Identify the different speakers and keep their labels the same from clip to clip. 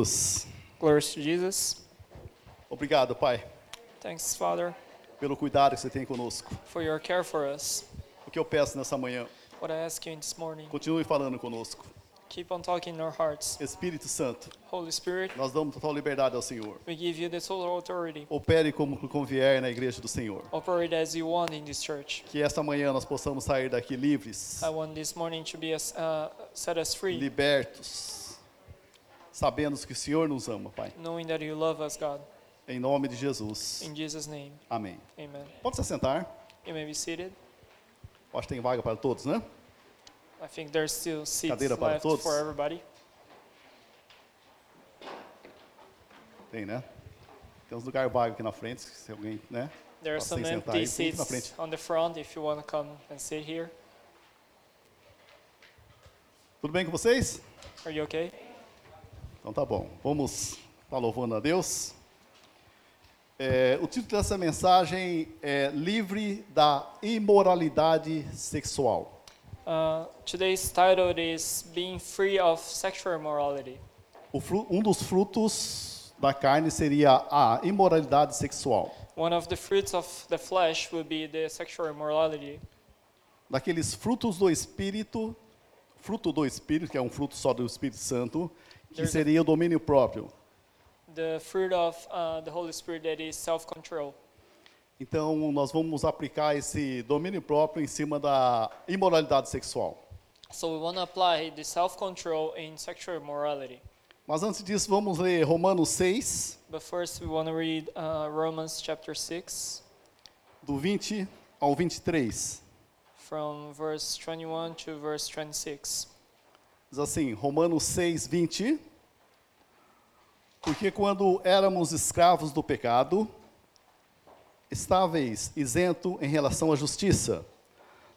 Speaker 1: Jesus.
Speaker 2: Glory to Jesus.
Speaker 1: Obrigado, Pai,
Speaker 2: Thanks, Father,
Speaker 1: pelo cuidado que você tem conosco.
Speaker 2: for your care for us.
Speaker 1: O que eu peço nessa manhã,
Speaker 2: What I ask you in this morning,
Speaker 1: continue falando conosco.
Speaker 2: keep on talking in our hearts.
Speaker 1: Espírito Santo,
Speaker 2: Holy Spirit,
Speaker 1: nós damos total liberdade ao Senhor.
Speaker 2: we give you the total authority.
Speaker 1: Opere como convier na igreja do Senhor.
Speaker 2: Operate as you want in this church.
Speaker 1: Que esta manhã nós possamos sair daqui livres,
Speaker 2: I want this morning to be as, uh, set us free,
Speaker 1: libertos, sabendo que o Senhor nos ama, Pai.
Speaker 2: knowing that you love us, God.
Speaker 1: Em nome de Jesus.
Speaker 2: In Jesus' name,
Speaker 1: Amém.
Speaker 2: amen.
Speaker 1: Pode se sentar.
Speaker 2: You may be seated.
Speaker 1: Eu Acho que tem vaga para todos, né?
Speaker 2: I think there's still seats
Speaker 1: Cadeira para
Speaker 2: left
Speaker 1: todos.
Speaker 2: for everybody.
Speaker 1: Tem, né? Tem uns lugares vagos aqui na frente, se alguém, né?
Speaker 2: There are
Speaker 1: Sem
Speaker 2: some
Speaker 1: sentar aí,
Speaker 2: empty
Speaker 1: fique na
Speaker 2: seats
Speaker 1: frente.
Speaker 2: on the front if you want to come and sit here.
Speaker 1: Tudo bem com vocês?
Speaker 2: Are you okay?
Speaker 1: Então tá bom, vamos estar louvando a Deus. É, o título dessa mensagem é Livre da Imoralidade Sexual.
Speaker 2: Uh, today's title is Being Free of Sexual Immorality.
Speaker 1: O fru- um dos frutos da carne seria a imoralidade sexual.
Speaker 2: One of the fruits of the flesh will be the sexual immorality.
Speaker 1: Daqueles frutos do Espírito, fruto do Espírito, que é um fruto só do Espírito Santo, que
Speaker 2: There's a-
Speaker 1: seria o domínio próprio.
Speaker 2: The fruit of uh, the Holy Spirit that is self control.
Speaker 1: Então, nós vamos aplicar esse domínio próprio em cima da imoralidade sexual.
Speaker 2: So we want to apply the self control in sexual immorality.
Speaker 1: Mas antes disso, vamos ler Romanos 6,
Speaker 2: But first, we want to read uh, Romans chapter 6,
Speaker 1: do 20 ao 23.
Speaker 2: from verse 21 to verse 26.
Speaker 1: Diz assim, Romanos 6, 20. Porque quando éramos escravos do pecado, estáveis isento em relação à justiça.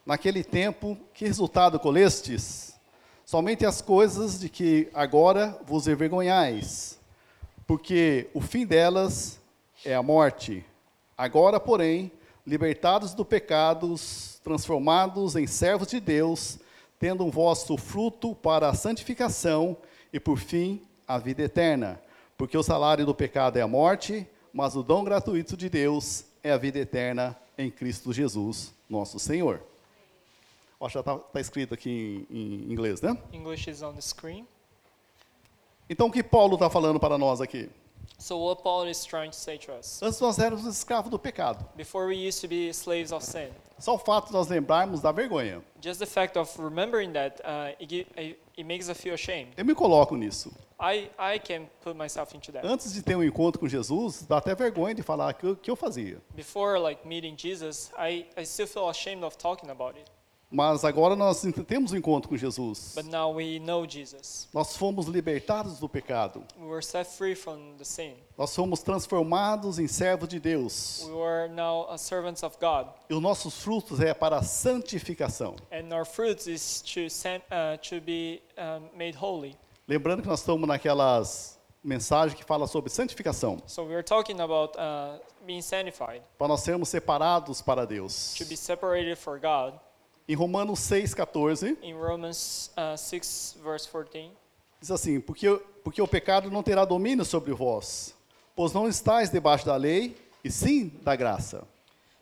Speaker 1: Naquele tempo, que resultado colhestes? Somente as coisas de que agora vos envergonhais, porque o fim delas é a morte. Agora, porém, libertados do pecado, transformados em servos de Deus, tendo um vosso fruto para a santificação e, por fim, a vida eterna. Porque o salário do pecado é a morte, mas o dom gratuito de Deus é a vida eterna em Cristo Jesus, nosso Senhor. Ó, já está escrito aqui em, em inglês, né?
Speaker 2: English is on the screen.
Speaker 1: Então, o que Paulo está falando para nós aqui?
Speaker 2: So, what Paul is trying to say to us
Speaker 1: Antes nós éramos escravos do pecado.
Speaker 2: before we used to be slaves of sin,
Speaker 1: Só o fato de nós lembrarmos da vergonha.
Speaker 2: Just the fact of remembering that uh, it, gi- it, it makes us feel ashamed.
Speaker 1: Eu me coloco nisso.
Speaker 2: I, I can put myself into that.
Speaker 1: Antes de ter um encontro com Jesus, dá até vergonha de falar que eu, que eu fazia.
Speaker 2: Before like meeting Jesus, I, I still feel ashamed of talking about it.
Speaker 1: Mas agora nós ent- temos um encontro com Jesus.
Speaker 2: But now we know Jesus.
Speaker 1: Nós fomos libertados do pecado.
Speaker 2: We were set free from the sin.
Speaker 1: Nós fomos transformados em servos de Deus.
Speaker 2: We were now a servants of God,
Speaker 1: E os nossos frutos é para a santificação.
Speaker 2: and our fruit is to san- uh, to be um, made holy.
Speaker 1: Lembrando que nós estamos naquelas mensagens que fala sobre santificação,
Speaker 2: So we are talking about uh, being sanctified,
Speaker 1: para nós sermos separados para Deus.
Speaker 2: to be separated for God.
Speaker 1: Em Romanos 6:14
Speaker 2: In Romans uh, 6 verse 14.
Speaker 1: diz assim: porque, porque o pecado não terá domínio sobre vós, pois não estáis debaixo da lei, e sim da graça.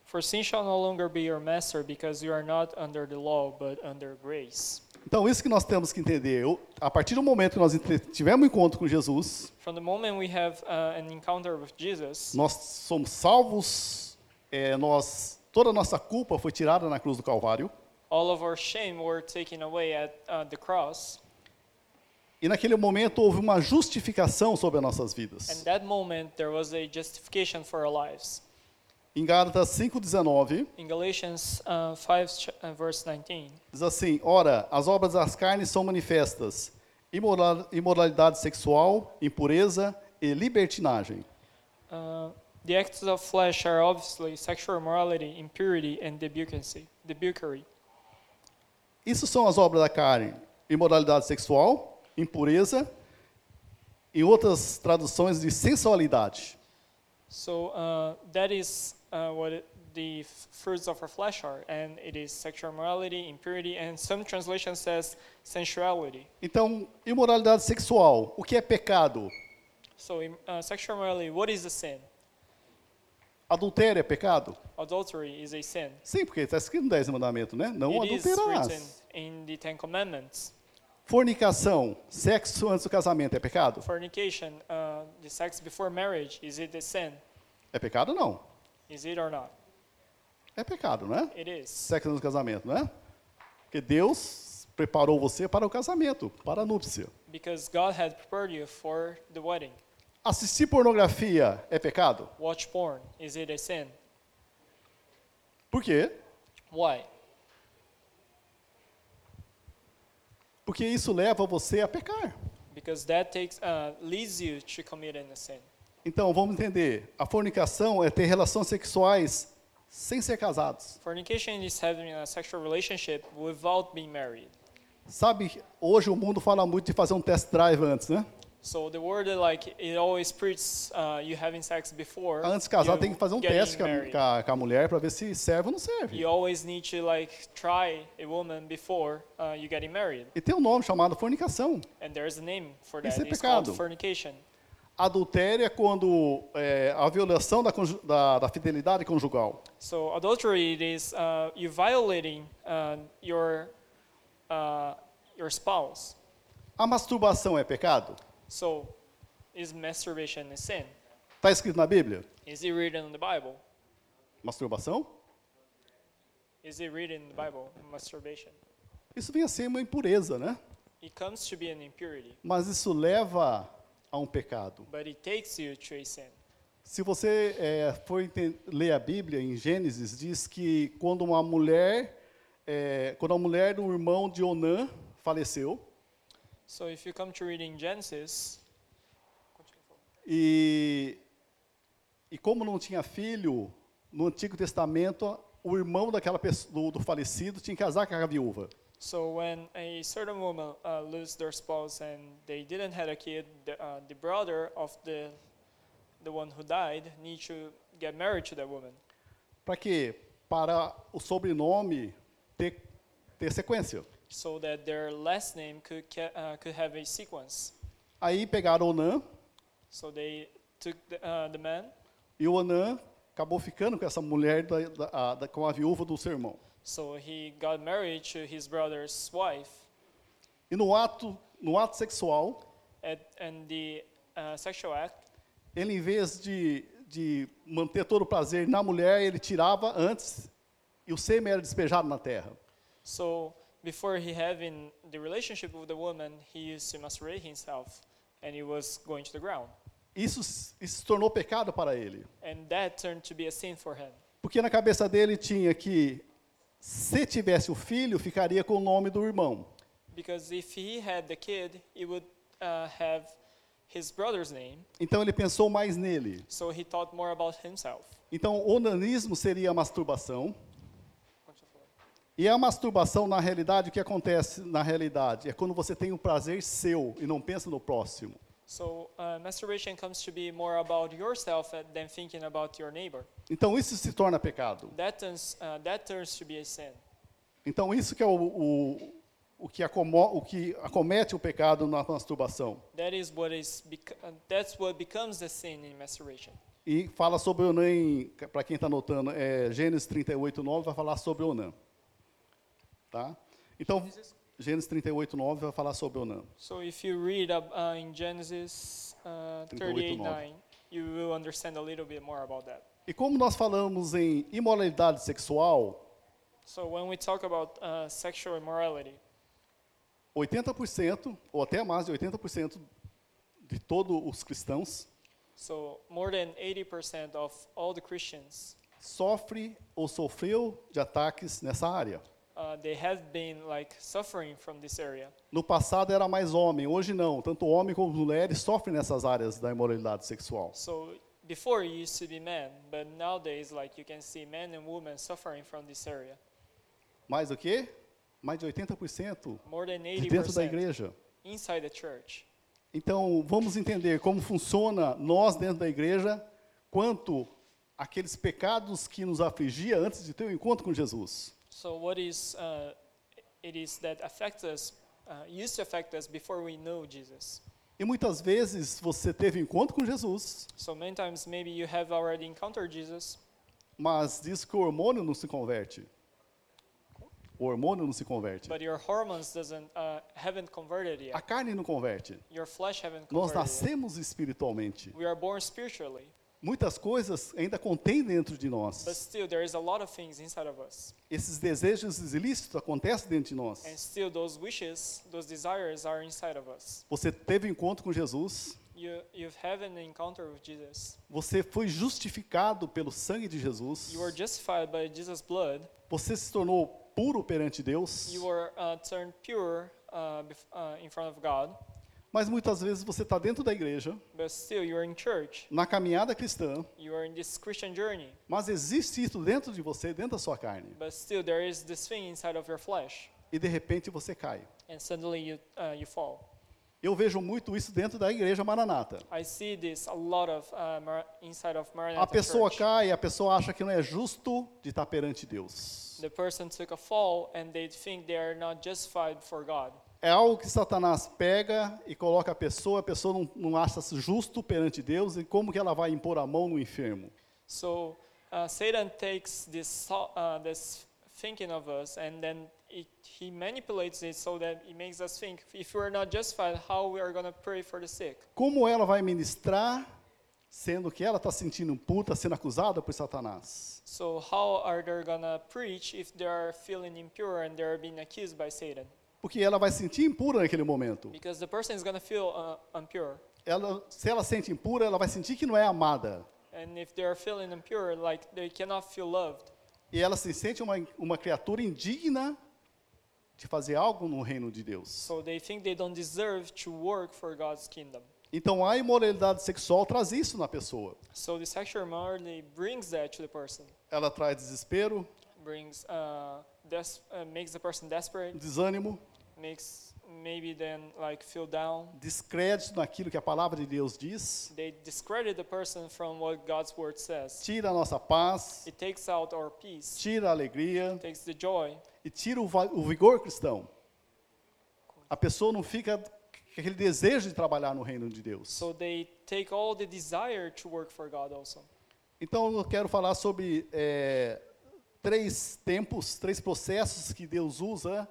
Speaker 2: For sin shall no longer be your master, because you are not under the law, but under grace.
Speaker 1: Então, isso que nós temos que entender. Eu- a partir do momento que nós entre- tivemos um encontro com Jesus,
Speaker 2: From the moment we have uh, an encounter with Jesus,
Speaker 1: nós somos salvos, é, nós, toda a nossa culpa foi tirada na cruz do Calvário.
Speaker 2: all of our shame were taken away at uh, the cross.
Speaker 1: E naquele momento houve uma justificação sobre as nossas
Speaker 2: And
Speaker 1: vidas.
Speaker 2: that moment, there was a justification for our lives.
Speaker 1: Em Gálatas 5,19,
Speaker 2: In Galatians uh, 5, ch- uh, verse 19,
Speaker 1: diz assim: Ora, as obras das carnes são manifestas: imora- imoralidade sexual, impureza e libertinagem.
Speaker 2: uh, the acts of flesh are obviously sexual immorality, impurity, and debucancy, debauchery.
Speaker 1: Isso são as obras da carne: imoralidade sexual, impureza, em outras traduções de sensualidade.
Speaker 2: So uh, that is uh, what it, the f- fruits of our flesh are, and it is sexual morality, impurity, and some translation says sensuality.
Speaker 1: Então, imoralidade sexual, o que é pecado?
Speaker 2: So, im- uh, sexual morality, what is a sin?
Speaker 1: Adultério é pecado?
Speaker 2: Adultery is a sin.
Speaker 1: Sim, porque está escrito no 10 mandamento, né? Não
Speaker 2: it is written
Speaker 1: adulterarás.
Speaker 2: in the Ten Commandments.
Speaker 1: Fornicação, sexo antes do casamento é pecado?
Speaker 2: Fornication, uh, the sex before marriage, is it a sin?
Speaker 1: É pecado não.
Speaker 2: Is it or not?
Speaker 1: É pecado, não é?
Speaker 2: It is.
Speaker 1: Sexo antes do casamento, não é? Porque Deus preparou você para o casamento, para a núpcia.
Speaker 2: Because God had prepared you for the wedding.
Speaker 1: Assistir pornografia é pecado?
Speaker 2: Watch porn, is it a sin?
Speaker 1: Por quê?
Speaker 2: Why?
Speaker 1: Porque isso leva você a pecar.
Speaker 2: Because that takes uh, leads you to committing a sin.
Speaker 1: Então, vamos entender. A fornicação é ter relações sexuais sem ser casados.
Speaker 2: Fornication is having a sexual relationship without being married.
Speaker 1: Sabe, hoje o mundo fala muito de fazer um test drive antes, né?
Speaker 2: So the word that, like it always preaches uh, you having sex before.
Speaker 1: Antes de casar,
Speaker 2: you
Speaker 1: tem que fazer um
Speaker 2: getting
Speaker 1: teste com a,
Speaker 2: married.
Speaker 1: com a- com a mulher para ver se serve ou não serve.
Speaker 2: You always need to like try a woman before uh, you getting married,
Speaker 1: E tem um nome chamado fornicação.
Speaker 2: and there's a name for
Speaker 1: Isso
Speaker 2: that.
Speaker 1: é
Speaker 2: It's called
Speaker 1: pecado.
Speaker 2: fornication.
Speaker 1: Adultério é quando é, a violação da, conju- da- da fidelidade conjugal.
Speaker 2: So adultery it is uh, you violating uh, your uh, your spouse.
Speaker 1: A masturbação é pecado?
Speaker 2: So is masturbation a sin?
Speaker 1: Está Tá escrito na Bíblia?
Speaker 2: Is it written in the Bible?
Speaker 1: Masturbação?
Speaker 2: Is it written in the Bible? Masturbation.
Speaker 1: Isso vem a ser uma impureza, né?
Speaker 2: It comes to be an impurity,
Speaker 1: Mas isso leva a um pecado.
Speaker 2: but it takes you to a sin.
Speaker 1: Se você é, for enten- ler a Bíblia em Gênesis, diz que quando uma mulher, é, quando a mulher do irmão de Onã faleceu,
Speaker 2: So if you come to reading Genesis,
Speaker 1: e, e como não tinha filho, no Antigo Testamento, o irmão daquela pessoa, do, do falecido tinha que casar com a viúva.
Speaker 2: so when a certain woman uh, lose their spouse and they didn't have a kid, the, uh, the brother of the the one who died need to get married to that woman
Speaker 1: Para quê? Para o sobrenome ter, ter sequência.
Speaker 2: so that their last name could ca- uh, could have a sequence.
Speaker 1: Aí pegaram Onã,
Speaker 2: So they took the, uh, the man.
Speaker 1: e o Onã acabou ficando com essa mulher, da, da- a- da- com a viúva do seu irmão.
Speaker 2: So he got married to his brother's wife.
Speaker 1: E no ato, no ato sexual,
Speaker 2: At, and the uh, sexual act,
Speaker 1: ele em vez de, de manter todo o prazer na mulher, ele tirava antes e o sêmen era despejado na terra.
Speaker 2: So before he having the relationship with the woman, he used to masturbate himself, and he was going to the ground,
Speaker 1: Isso, s- isso se tornou pecado para ele,
Speaker 2: and that turned to be a sin for him,
Speaker 1: porque na cabeça dele tinha que se tivesse o filho, ficaria com o nome do irmão.
Speaker 2: because if he had the kid, he would uh, have his brother's name.
Speaker 1: Então ele pensou mais nele.
Speaker 2: So he thought more about himself.
Speaker 1: Então o onanismo seria a masturbação. E a masturbação, na realidade, o que acontece na realidade? É quando você tem um prazer seu e não pensa no próximo.
Speaker 2: So uh, masturbation comes to be more about yourself and- than thinking about your neighbor.
Speaker 1: Então isso se torna pecado.
Speaker 2: That turns uh, that turns to be a sin.
Speaker 1: Então, isso que é o, o, o, que, acomo, o que acomete o pecado na masturbação.
Speaker 2: That is what is bec- uh, that's what becomes a sin in masturbation.
Speaker 1: E fala sobre Onã, em- para quem está anotando, é, Gênesis 38, 9 vai falar sobre Onã. Tá? Então, Gênesis 38, 9 vai falar sobre Onã.
Speaker 2: So if you read up uh, in Genesis uh,
Speaker 1: 38,
Speaker 2: 38:9, you will understand a little bit more about that.
Speaker 1: E como nós falamos em imoralidade sexual,
Speaker 2: So when we talk about uh, sexual immorality,
Speaker 1: 80%, ou até mais de 80% de todos os cristãos,
Speaker 2: so more than 80% of all the Christians,
Speaker 1: sofre ou sofreu de ataques nessa área.
Speaker 2: uh, they have been like suffering from this area.
Speaker 1: No passado era mais homem, hoje não. Tanto homem como mulheres sofrem nessas áreas da imoralidade sexual.
Speaker 2: So before it used to be men, but nowadays like you can see men and women suffering from this area.
Speaker 1: Mais do que? Mais de 80%
Speaker 2: More than
Speaker 1: de dentro da
Speaker 2: 80%
Speaker 1: igreja.
Speaker 2: inside the church.
Speaker 1: Então, vamos entender como funciona nós dentro da igreja, quanto a aqueles pecados que nos afligia antes de ter o encontro com Jesus.
Speaker 2: So what is uh, it is that affects us, uh, used to affect us before we know Jesus.
Speaker 1: E muitas vezes você teve encontro com Jesus,
Speaker 2: So many times maybe you have already encountered Jesus,
Speaker 1: mas diz que o hormônio não se converte. O hormônio não se converte.
Speaker 2: but your hormones doesn't uh, haven't converted
Speaker 1: A
Speaker 2: yet.
Speaker 1: carne não converte.
Speaker 2: Your flesh haven't
Speaker 1: Nós
Speaker 2: converted. Yet.
Speaker 1: nascemos espiritualmente.
Speaker 2: We are born spiritually,
Speaker 1: Muitas coisas ainda contém dentro de
Speaker 2: but
Speaker 1: nós.
Speaker 2: still there is a lot of things inside of us,
Speaker 1: Esses desejos ilícitos acontecem dentro de
Speaker 2: and
Speaker 1: nós.
Speaker 2: still those wishes, those desires are inside of us.
Speaker 1: Você teve encontro com Jesus,
Speaker 2: You you have an encounter with Jesus.
Speaker 1: você foi justificado pelo sangue de Jesus,
Speaker 2: You are justified by Jesus' blood.
Speaker 1: você se tornou puro perante Deus,
Speaker 2: You are uh, turned pure uh, bef- uh, in front of God,
Speaker 1: mas muitas vezes você está dentro da igreja,
Speaker 2: but still you are in church.
Speaker 1: na caminhada cristã,
Speaker 2: You are in this Christian journey,
Speaker 1: mas existe isso dentro de você, dentro da sua carne,
Speaker 2: but still there is this thing inside of your flesh,
Speaker 1: e de repente você cai.
Speaker 2: and suddenly you uh, you fall.
Speaker 1: Eu vejo muito isso dentro da igreja Maranata.
Speaker 2: I see this a lot of uh, Mar- inside of Maranatha
Speaker 1: A pessoa
Speaker 2: Church.
Speaker 1: cai, a pessoa acha que não é justo de estar perante Deus.
Speaker 2: The person took a fall, and they think they are not justified for God.
Speaker 1: É algo que Satanás pega e coloca a pessoa, a pessoa não, não acha-se justo perante Deus, e como que ela vai impor a mão no enfermo?
Speaker 2: So uh, Satan takes this thou- uh, this thinking of us, and then it, he manipulates it so that it makes us think if we are not justified, how we are going to pray for the sick.
Speaker 1: Como ela vai ministrar, sendo que ela está sentindo puta, sendo acusada por Satanás?
Speaker 2: So how are they going to preach if they are feeling impure and they are being accused by Satan?
Speaker 1: Porque ela vai sentir impura naquele momento.
Speaker 2: Because the person is going to feel uh, impure.
Speaker 1: Ela, se ela sente impura, ela vai sentir que não é amada.
Speaker 2: And if they are feeling impure, like they cannot feel loved.
Speaker 1: E ela se sente uma, uma criatura indigna de fazer algo no reino de Deus.
Speaker 2: So they think they don't deserve to work for God's kingdom.
Speaker 1: Então a imoralidade sexual traz isso na pessoa.
Speaker 2: So the sexual morality brings that to the person,
Speaker 1: Ela traz desespero,
Speaker 2: brings uh, des- uh, makes the person desperate,
Speaker 1: desânimo,
Speaker 2: makes maybe then like feel down.
Speaker 1: descrédito naquilo que a palavra de Deus diz,
Speaker 2: They discredit the person from what God's word says.
Speaker 1: tira a nossa paz,
Speaker 2: It takes out our peace,
Speaker 1: tira a alegria
Speaker 2: takes the joy.
Speaker 1: e tira o, va- o vigor cristão. A pessoa não fica com aquele desejo de trabalhar no reino de Deus.
Speaker 2: So they take all the desire to work for God also.
Speaker 1: Então eu quero falar sobre é, três tempos, três processos que Deus usa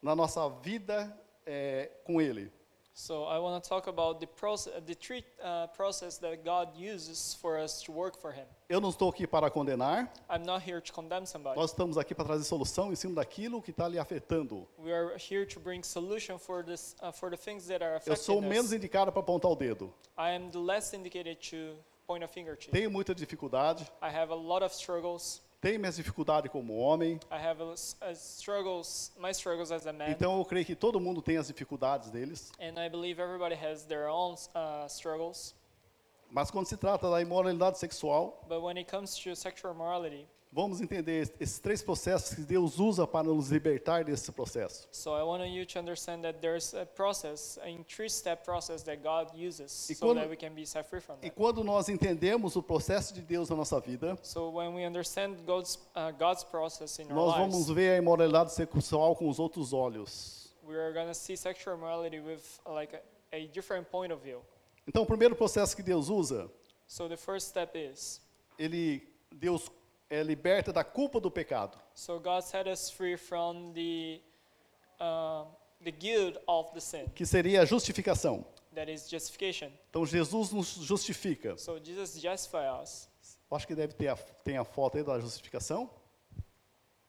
Speaker 1: na nossa vida é, com Ele.
Speaker 2: So I want to talk about the process, the treat, uh, process that God uses for us to work for Him.
Speaker 1: Eu não estou aqui para condenar,
Speaker 2: I'm not here to condemn somebody.
Speaker 1: nós estamos aqui para trazer solução em cima daquilo que está lhe afetando.
Speaker 2: We are here to bring solution for this uh, for the things that are
Speaker 1: Eu sou
Speaker 2: affecting
Speaker 1: o menos
Speaker 2: us.
Speaker 1: indicado para apontar o dedo.
Speaker 2: I am the less indicated to point a finger to.
Speaker 1: Tenho muita dificuldade,
Speaker 2: I have a lot of struggles.
Speaker 1: tenho minhas dificuldades como homem,
Speaker 2: I have a, s- a struggles, my struggles as a man,
Speaker 1: então eu creio que todo mundo tem as dificuldades deles.
Speaker 2: and I believe everybody has their own uh, struggles.
Speaker 1: Mas quando se trata da imoralidade sexual,
Speaker 2: But when it comes to sexual morality,
Speaker 1: vamos entender es- esses três processos que Deus usa para nos libertar desse processo.
Speaker 2: so I want you to understand that there's a process, a three-step process that God uses
Speaker 1: E
Speaker 2: so
Speaker 1: quando-
Speaker 2: that we can be set free from
Speaker 1: E
Speaker 2: that.
Speaker 1: quando nós entendemos o processo de Deus na nossa vida,
Speaker 2: So when we understand God's uh, God's process in our
Speaker 1: nós
Speaker 2: lives,
Speaker 1: vamos ver a imoralidade sexual com os outros olhos.
Speaker 2: we are gonna see sexual morality with uh, like a, a different point of view.
Speaker 1: Então, o primeiro processo que Deus usa,
Speaker 2: So the first step is
Speaker 1: ele Deus é, liberta da culpa do pecado.
Speaker 2: so God set us free from the uh, the guilt of the sin
Speaker 1: que seria a justificação.
Speaker 2: that is justification.
Speaker 1: Então Jesus nos justifica.
Speaker 2: So Jesus justified us.
Speaker 1: Eu Acho que deve ter a, tem a foto aí da justificação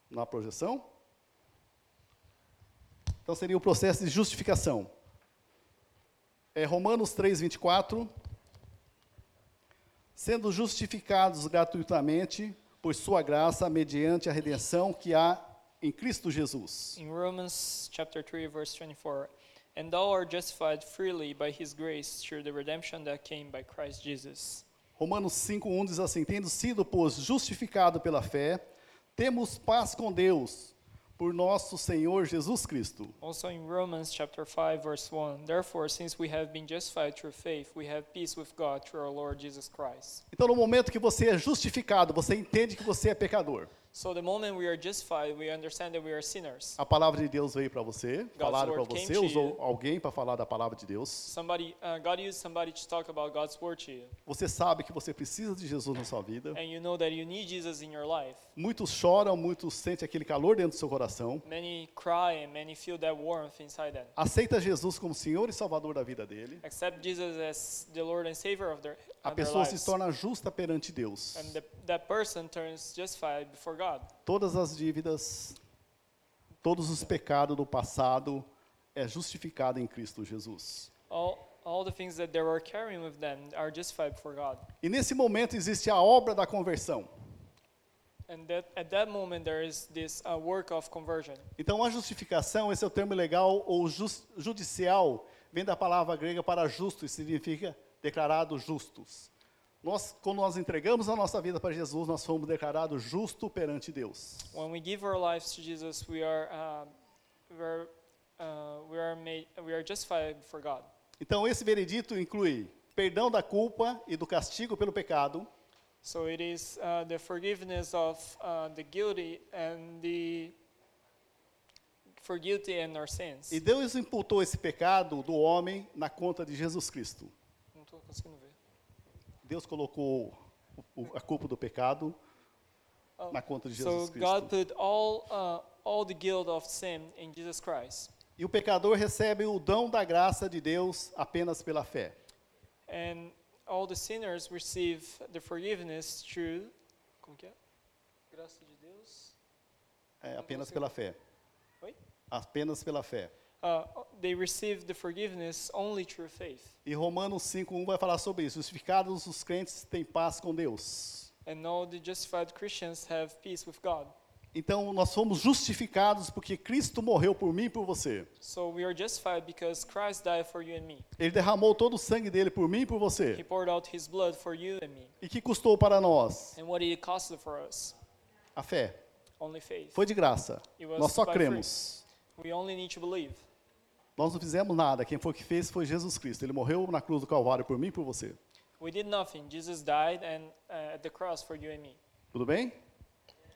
Speaker 1: na projeção. Então seria o processo de justificação. É Romanos 3:24 Sendo justificados gratuitamente por sua graça mediante a redenção que há em Cristo Jesus.
Speaker 2: In Romans chapter 3 verse 24, and thou art justified freely by his grace through the redemption that came by Christ Jesus.
Speaker 1: Romanos 5,1 diz assim: Tendo sido, pois, justificado pela fé, temos paz com Deus, por nosso Senhor Jesus Cristo.
Speaker 2: Also in Romans chapter 5 verse 1, therefore since we have been justified through faith, we have peace with God through our Lord Jesus Christ.
Speaker 1: Então, no momento que você é justificado, você entende que você é pecador.
Speaker 2: So the moment we are justified, we understand that we are sinners.
Speaker 1: A palavra de Deus veio para você, falaram para
Speaker 2: word came
Speaker 1: você,
Speaker 2: to
Speaker 1: usou
Speaker 2: you.
Speaker 1: alguém para falar da palavra de Deus.
Speaker 2: Somebody uh, God used somebody to talk about God's word to you,
Speaker 1: Você sabe que você precisa de Jesus na sua vida.
Speaker 2: and you know that you need Jesus in your life.
Speaker 1: Muitos choram, muitos sentem aquele calor dentro do seu coração.
Speaker 2: Many cry and many feel that warmth inside them.
Speaker 1: Aceita Jesus como Senhor e Salvador da vida dele.
Speaker 2: Accept Jesus as the Lord and Savior of their,
Speaker 1: A
Speaker 2: of their
Speaker 1: pessoa se
Speaker 2: lives.
Speaker 1: torna justa perante Deus.
Speaker 2: And the, that person turns justified before God.
Speaker 1: Todas as dívidas, todos os pecados do passado é justificado em Cristo Jesus.
Speaker 2: All, all the things that they were carrying with them are justified before God.
Speaker 1: E nesse momento existe a obra da conversão.
Speaker 2: And that, at that moment, there is this uh, work of conversion.
Speaker 1: Então a justificação, esse é o termo legal ou jus- judicial, vem da palavra grega para justo e significa declarado justos. Nós, quando nós entregamos a nossa vida para Jesus, nós fomos declarados justo perante Deus.
Speaker 2: When we give our lives to Jesus, we are, uh, we are, uh, we are, made, we are justified before God.
Speaker 1: Então esse veredito inclui perdão da culpa e do castigo pelo pecado,
Speaker 2: So it is uh, the forgiveness of uh, the guilty and the for guilty and our sins.
Speaker 1: E Deus imputou esse pecado do homem na conta de Jesus Cristo.
Speaker 2: Não tô conseguindo ver.
Speaker 1: Deus colocou o- o- a culpa do pecado
Speaker 2: Oh.
Speaker 1: na conta de
Speaker 2: So
Speaker 1: Jesus
Speaker 2: God
Speaker 1: Cristo.
Speaker 2: put all uh, all the guilt of sin in Jesus Christ,
Speaker 1: E o pecador recebe o dom da graça de Deus apenas pela fé.
Speaker 2: and all the sinners receive the forgiveness through. Como que é? Graça de Deus.
Speaker 1: É, apenas pela fé.
Speaker 2: Oi?
Speaker 1: Apenas pela fé.
Speaker 2: Uh, they receive the forgiveness only through faith.
Speaker 1: E Romanos 5:1 vai falar sobre isso. Justificados os crentes têm paz com Deus.
Speaker 2: And all the justified Christians have peace with God.
Speaker 1: Então nós fomos justificados porque Cristo morreu por mim e por você.
Speaker 2: So we are justified because Christ died for you and me.
Speaker 1: Ele derramou todo o sangue dele por mim e por
Speaker 2: He
Speaker 1: você.
Speaker 2: poured out his blood for you and me.
Speaker 1: E que custou para nós?
Speaker 2: And what did it cost for us?
Speaker 1: A fé.
Speaker 2: Only faith.
Speaker 1: Foi de graça.
Speaker 2: It was
Speaker 1: Nós só
Speaker 2: by
Speaker 1: cremos.
Speaker 2: We only need to believe.
Speaker 1: Nós não fizemos nada. Quem foi que fez foi Jesus Cristo. Ele morreu na cruz do Calvário por mim e por você.
Speaker 2: We did nothing. Jesus died and uh, at the cross for you and me.
Speaker 1: Tudo bem?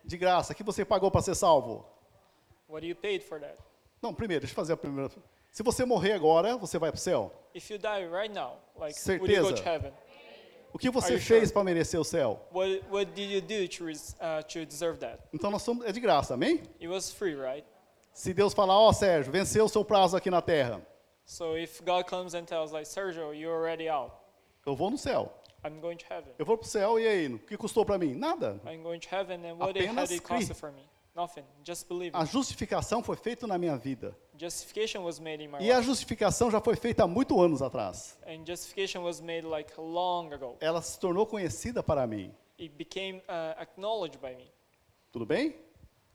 Speaker 1: De graça. O que você pagou para ser salvo?
Speaker 2: What do you paid for that?
Speaker 1: Não, primeiro, deixa eu fazer a primeira. Se você morrer agora, você vai para o céu.
Speaker 2: If you die right now, like would you go
Speaker 1: Certeza.
Speaker 2: to heaven?
Speaker 1: O que você
Speaker 2: you
Speaker 1: fez
Speaker 2: sure?
Speaker 1: para merecer o céu?
Speaker 2: What what did you do to res, uh, to deserve that?
Speaker 1: Então nós somos é de graça, amém?
Speaker 2: It was free, right?
Speaker 1: Se Deus falar, ó Sérgio, venceu o seu prazo aqui na terra,
Speaker 2: So if God comes and tells like Sergio, you're already out.
Speaker 1: eu vou no céu.
Speaker 2: I'm going to heaven.
Speaker 1: Eu vou para o céu e aí, o que custou para mim? Nada.
Speaker 2: I'm going to heaven, and what did
Speaker 1: Apenas
Speaker 2: it
Speaker 1: crie.
Speaker 2: cost for me? Nothing. Just believe.
Speaker 1: A justificação foi feita na minha vida.
Speaker 2: Justification was made in my
Speaker 1: E a
Speaker 2: life,
Speaker 1: justificação já foi feita há muitos anos atrás.
Speaker 2: and justification was made like long ago.
Speaker 1: ela se tornou conhecida para mim.
Speaker 2: It became uh, acknowledged by me.
Speaker 1: Tudo bem?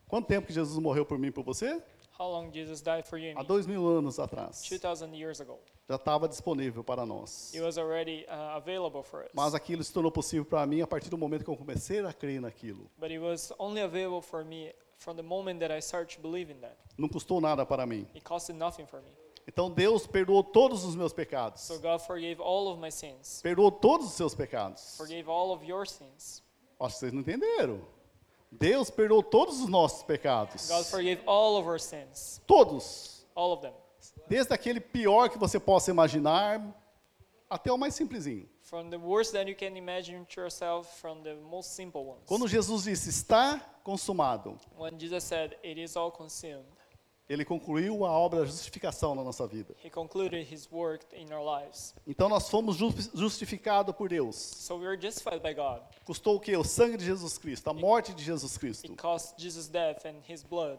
Speaker 1: Quanto tempo que Jesus morreu por mim e por você?
Speaker 2: How long Jesus died for you
Speaker 1: Há
Speaker 2: and me?
Speaker 1: dois mil anos atrás.
Speaker 2: 2,000 years ago.
Speaker 1: Já estava disponível para nós.
Speaker 2: It was already uh, available for us.
Speaker 1: Mas aquilo se tornou possível para mim a partir do momento que eu comecei a crer naquilo.
Speaker 2: But it was only available for me from the moment that I started to believe in that.
Speaker 1: Não custou nada para mim.
Speaker 2: It costed nothing for me.
Speaker 1: Então Deus perdoou todos os meus pecados.
Speaker 2: So God forgave all of my sins,
Speaker 1: Perdoou todos os seus pecados.
Speaker 2: forgave all of your sins.
Speaker 1: Acho que vocês não entenderam. Deus perdoou todos os nossos pecados.
Speaker 2: God forgave all of our sins,
Speaker 1: Todos.
Speaker 2: all of them,
Speaker 1: Desde aquele pior que você possa imaginar até o mais simplesinho.
Speaker 2: from the worst that you can imagine to yourself, from the most simple ones.
Speaker 1: Quando Jesus disse, está consumado,
Speaker 2: When Jesus said, It is all consumed,
Speaker 1: ele concluiu a obra da justificação na nossa vida.
Speaker 2: He concluded His work in our lives.
Speaker 1: Então nós fomos ju- justificados por Deus.
Speaker 2: So we are justified by God.
Speaker 1: Custou o quê? O sangue de Jesus Cristo, a morte de Jesus Cristo.
Speaker 2: It cost Jesus' death and His blood.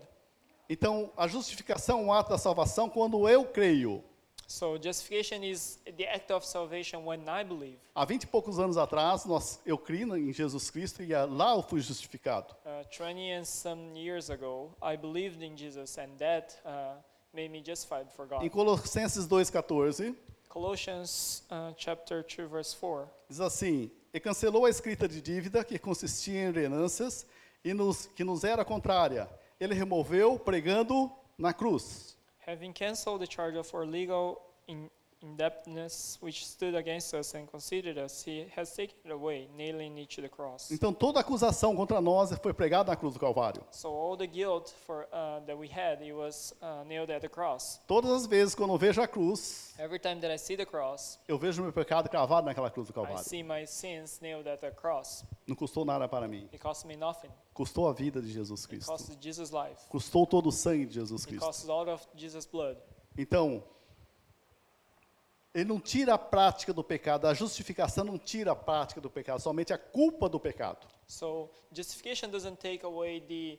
Speaker 1: Então a justificação é um ato da salvação quando eu creio.
Speaker 2: So justification is the act of salvation when I believe.
Speaker 1: Há vinte e poucos anos atrás, nós, eu criei em Jesus Cristo e ah, lá eu fui justificado.
Speaker 2: Uh, 20 and some years ago, I believed in Jesus, and that uh, made me justified for God.
Speaker 1: Em Colossenses 2,14,
Speaker 2: Colossians uh, chapter 2, verse 4.
Speaker 1: diz assim: E cancelou a escrita de dívida que consistia em ordenanças e nos, que nos era contrária, ele removeu pregando na cruz.
Speaker 2: having canceled the charge of our legal in- indebtedness which stood against us and considered us, he has taken it away, nailing it to the cross.
Speaker 1: Então toda acusação contra nós foi pregada na cruz do Calvário.
Speaker 2: So all the guilt for, uh, that we had, it was uh, nailed at the cross.
Speaker 1: Todas as vezes quando eu vejo a cruz,
Speaker 2: Every time that I see the cross,
Speaker 1: eu vejo meu pecado cravado naquela cruz do
Speaker 2: I
Speaker 1: Calvário.
Speaker 2: see my sins nailed at the cross.
Speaker 1: Não custou nada para mim.
Speaker 2: It cost me nothing.
Speaker 1: Custou a vida de Jesus
Speaker 2: It
Speaker 1: Cristo.
Speaker 2: cost Jesus' life.
Speaker 1: Custou todo o sangue de Jesus
Speaker 2: It
Speaker 1: Cristo.
Speaker 2: cost all of Jesus' blood.
Speaker 1: Então, ele não tira a prática do pecado, a justificação não tira a prática do pecado, somente a culpa do pecado.
Speaker 2: So justification doesn't take away the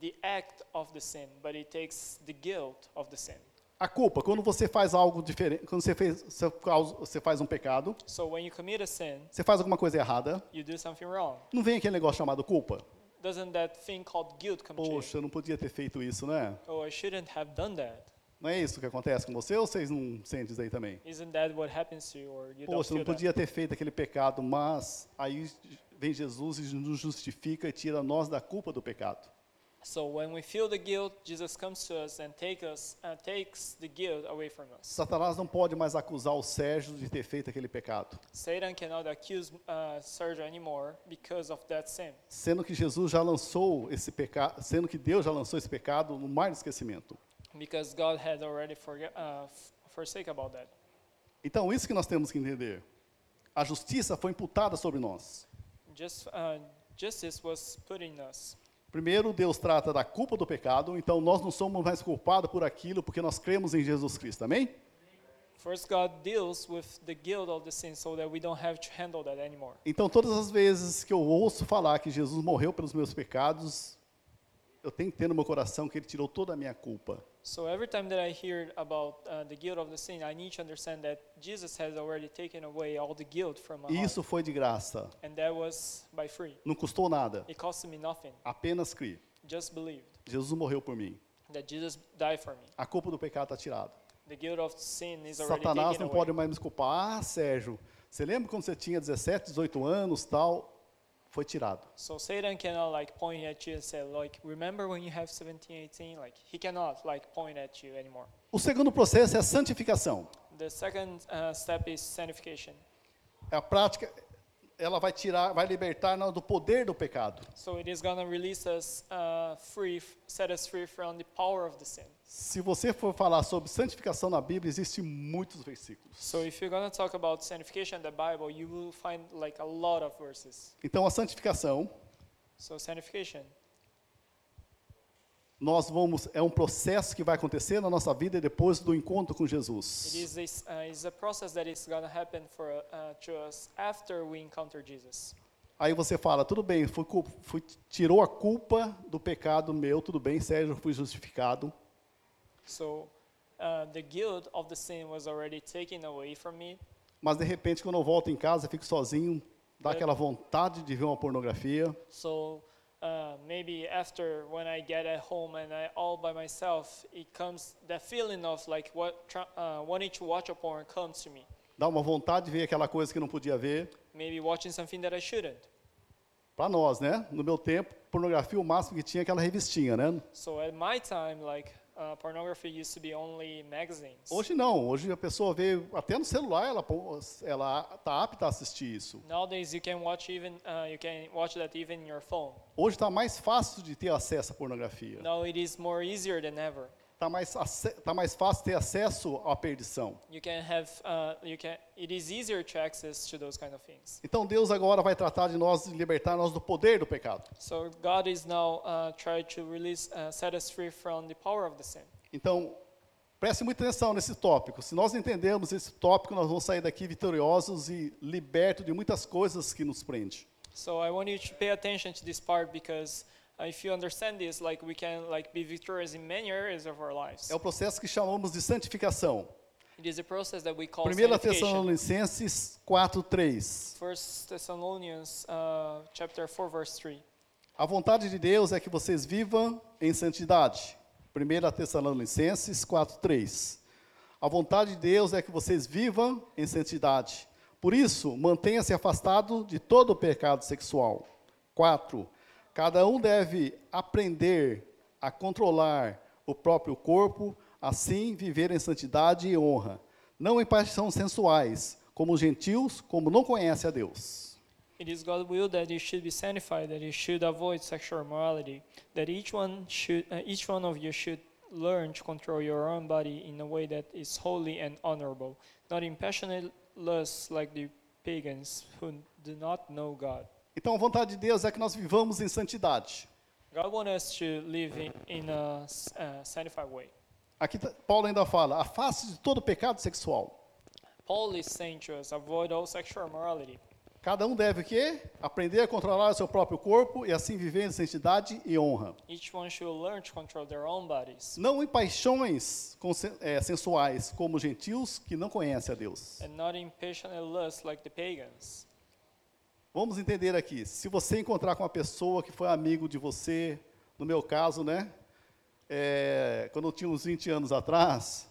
Speaker 2: the act of the sin, but it takes the guilt of the sin.
Speaker 1: A culpa, quando você faz algo diferente, quando você, fez, você causa- você faz um pecado,
Speaker 2: So when you commit a sin,
Speaker 1: você faz alguma coisa errada,
Speaker 2: you do something wrong.
Speaker 1: não vem aquele negócio chamado culpa.
Speaker 2: Doesn't that thing called guilt come to you?
Speaker 1: Poxa, eu não podia ter feito isso, né?
Speaker 2: Oh, I shouldn't have done that.
Speaker 1: Não é isso que acontece com você ou vocês não sentem isso aí também?
Speaker 2: Isn't that what happens to you, or you
Speaker 1: Poxa, eu não
Speaker 2: don't feel that?
Speaker 1: podia ter feito aquele pecado, mas aí vem Jesus e nos justifica e tira nós da culpa do pecado.
Speaker 2: So when we feel the guilt, Jesus comes to us and take us, uh, takes the guilt away from us.
Speaker 1: Satanás não pode mais acusar o Sérgio de ter feito aquele pecado,
Speaker 2: Satan cannot accuse uh, Sergio anymore because of that sin.
Speaker 1: sendo que Jesus já lançou esse pecado, sendo que Deus já lançou esse pecado no mar do esquecimento.
Speaker 2: because God had already forg- uh, f- forsake about that.
Speaker 1: Então, isso que nós temos que entender. A justiça foi imputada sobre nós.
Speaker 2: Just uh, justice was put in us.
Speaker 1: Primeiro, Deus trata da culpa do pecado, então nós não somos mais culpados por aquilo porque nós cremos em Jesus Cristo, amém?
Speaker 2: First, God deals with the guilt of the sin so that we don't have to handle that anymore.
Speaker 1: Então, todas as vezes que eu ouço falar que Jesus morreu pelos meus pecados, eu tenho que ter no meu coração que ele tirou toda a minha culpa.
Speaker 2: So every time that I hear about uh, the guilt of the sin, I need to understand that Jesus has already taken away all the guilt from my
Speaker 1: E
Speaker 2: heart.
Speaker 1: isso foi de graça,
Speaker 2: And that was by free.
Speaker 1: não custou nada.
Speaker 2: It cost me nothing.
Speaker 1: Apenas crie.
Speaker 2: Just believed
Speaker 1: Jesus morreu por mim.
Speaker 2: that Jesus died for me.
Speaker 1: A culpa do pecado está tirada.
Speaker 2: The guilt of sin is already
Speaker 1: Satanás não
Speaker 2: taken away.
Speaker 1: pode mais me culpar. Ah, Sérgio, você lembra quando você tinha 17, 18 anos, tal? Foi tirado.
Speaker 2: So Satan cannot like point at you and say like remember when you have 17, 18 like he cannot like point at you anymore.
Speaker 1: O segundo processo é a santificação.
Speaker 2: The second uh, step is sanctification.
Speaker 1: É a prática, ela vai tirar, vai libertar nós do poder do pecado.
Speaker 2: So it is gonna release us uh, free, set us free from the power of the sin.
Speaker 1: Se você for falar sobre santificação na Bíblia, existem muitos versículos.
Speaker 2: So if you're gonna talk about sanctification in the Bible, you will find like a lot of verses.
Speaker 1: Então, a santificação,
Speaker 2: So sanctification,
Speaker 1: nós vamos, é um processo que vai acontecer na nossa vida depois do encontro com
Speaker 2: it
Speaker 1: Jesus.
Speaker 2: is this, uh, is a process that is gonna happen for uh, to us after we encounter Jesus.
Speaker 1: Aí você fala, tudo bem, fui, cul- fui- tirou a culpa do pecado meu, tudo bem, Sérgio, eu fui justificado.
Speaker 2: So uh, the guilt of the sin was already taken away from me,
Speaker 1: Mas de repente, quando eu volto em casa, fico sozinho, dá aquela vontade de ver uma pornografia.
Speaker 2: So uh, maybe after when I get at home and I all by myself, it comes that feeling of like what tr- uh, wanting to watch a porn comes to me.
Speaker 1: Dá uma vontade de ver aquela coisa que não podia ver.
Speaker 2: Maybe watching something that I shouldn't.
Speaker 1: Para nós, né? No meu tempo, pornografia, o máximo que tinha era aquela revistinha, né?
Speaker 2: So at my time, like uh, pornography used to be only magazines.
Speaker 1: Hoje não, hoje a pessoa vê até no celular, ela pô- ela tá apta a assistir isso.
Speaker 2: Nowadays, you can watch even uh, you can watch that even in your phone.
Speaker 1: Hoje está mais fácil de ter acesso à pornografia.
Speaker 2: Now it is more easier than ever.
Speaker 1: Está mais ace- tá mais fácil ter acesso à perdição.
Speaker 2: You can have uh, you can it is easier to access to those kind of things.
Speaker 1: Então Deus agora vai tratar de nós, de libertar nós do poder do pecado.
Speaker 2: So God is now uh, trying to release, uh, set us free from the power of the sin.
Speaker 1: Então preste muita atenção nesse tópico. Se nós entendermos esse tópico, nós vamos sair daqui vitoriosos e libertos de muitas coisas que nos prende.
Speaker 2: So I want you to pay attention to this part because uh, if you understand this, like we can like be victorious in many areas of our lives.
Speaker 1: É o processo que chamamos de santificação.
Speaker 2: It is a process that we call
Speaker 1: 1
Speaker 2: sanctification.
Speaker 1: Tessalonicenses 4:3.
Speaker 2: First Thessalonians uh, chapter four verse three.
Speaker 1: A vontade de Deus é que vocês vivam em santidade. 1 Tessalonicenses 4:3. A vontade de Deus é que vocês vivam em santidade. Por isso, mantenha-se afastado de todo o pecado sexual. 4. Cada um deve aprender a controlar o próprio corpo, assim viver em santidade e honra, não em paixões sensuais, como os gentios, como não conhece a Deus.
Speaker 2: It is God's will that you should be sanctified, that you should avoid sexual immorality, that each one should, uh, each one of you should learn to control your own body in a way that is holy and honorable, not in passionate lusts like the pagans who do not know God.
Speaker 1: Então, a vontade de Deus é que nós vivamos em santidade.
Speaker 2: God wants us to live in, in a s- uh, sanctified way.
Speaker 1: Aqui tá- Paulo ainda fala: afaste de todo pecado sexual.
Speaker 2: Paul is saying to us, avoid all sexual immorality.
Speaker 1: Cada um deve o quê? Aprender a controlar o seu próprio corpo e assim viver em santidade e honra.
Speaker 2: Each one should learn to control their own bodies
Speaker 1: Não em paixões consen- eh, sensuais, como os gentios que não conhecem a Deus.
Speaker 2: and not in passionate lusts like the pagans.
Speaker 1: Vamos entender aqui. Se você encontrar com uma pessoa que foi amigo de você, no meu caso, né? é, quando eu tinha uns 20 anos atrás,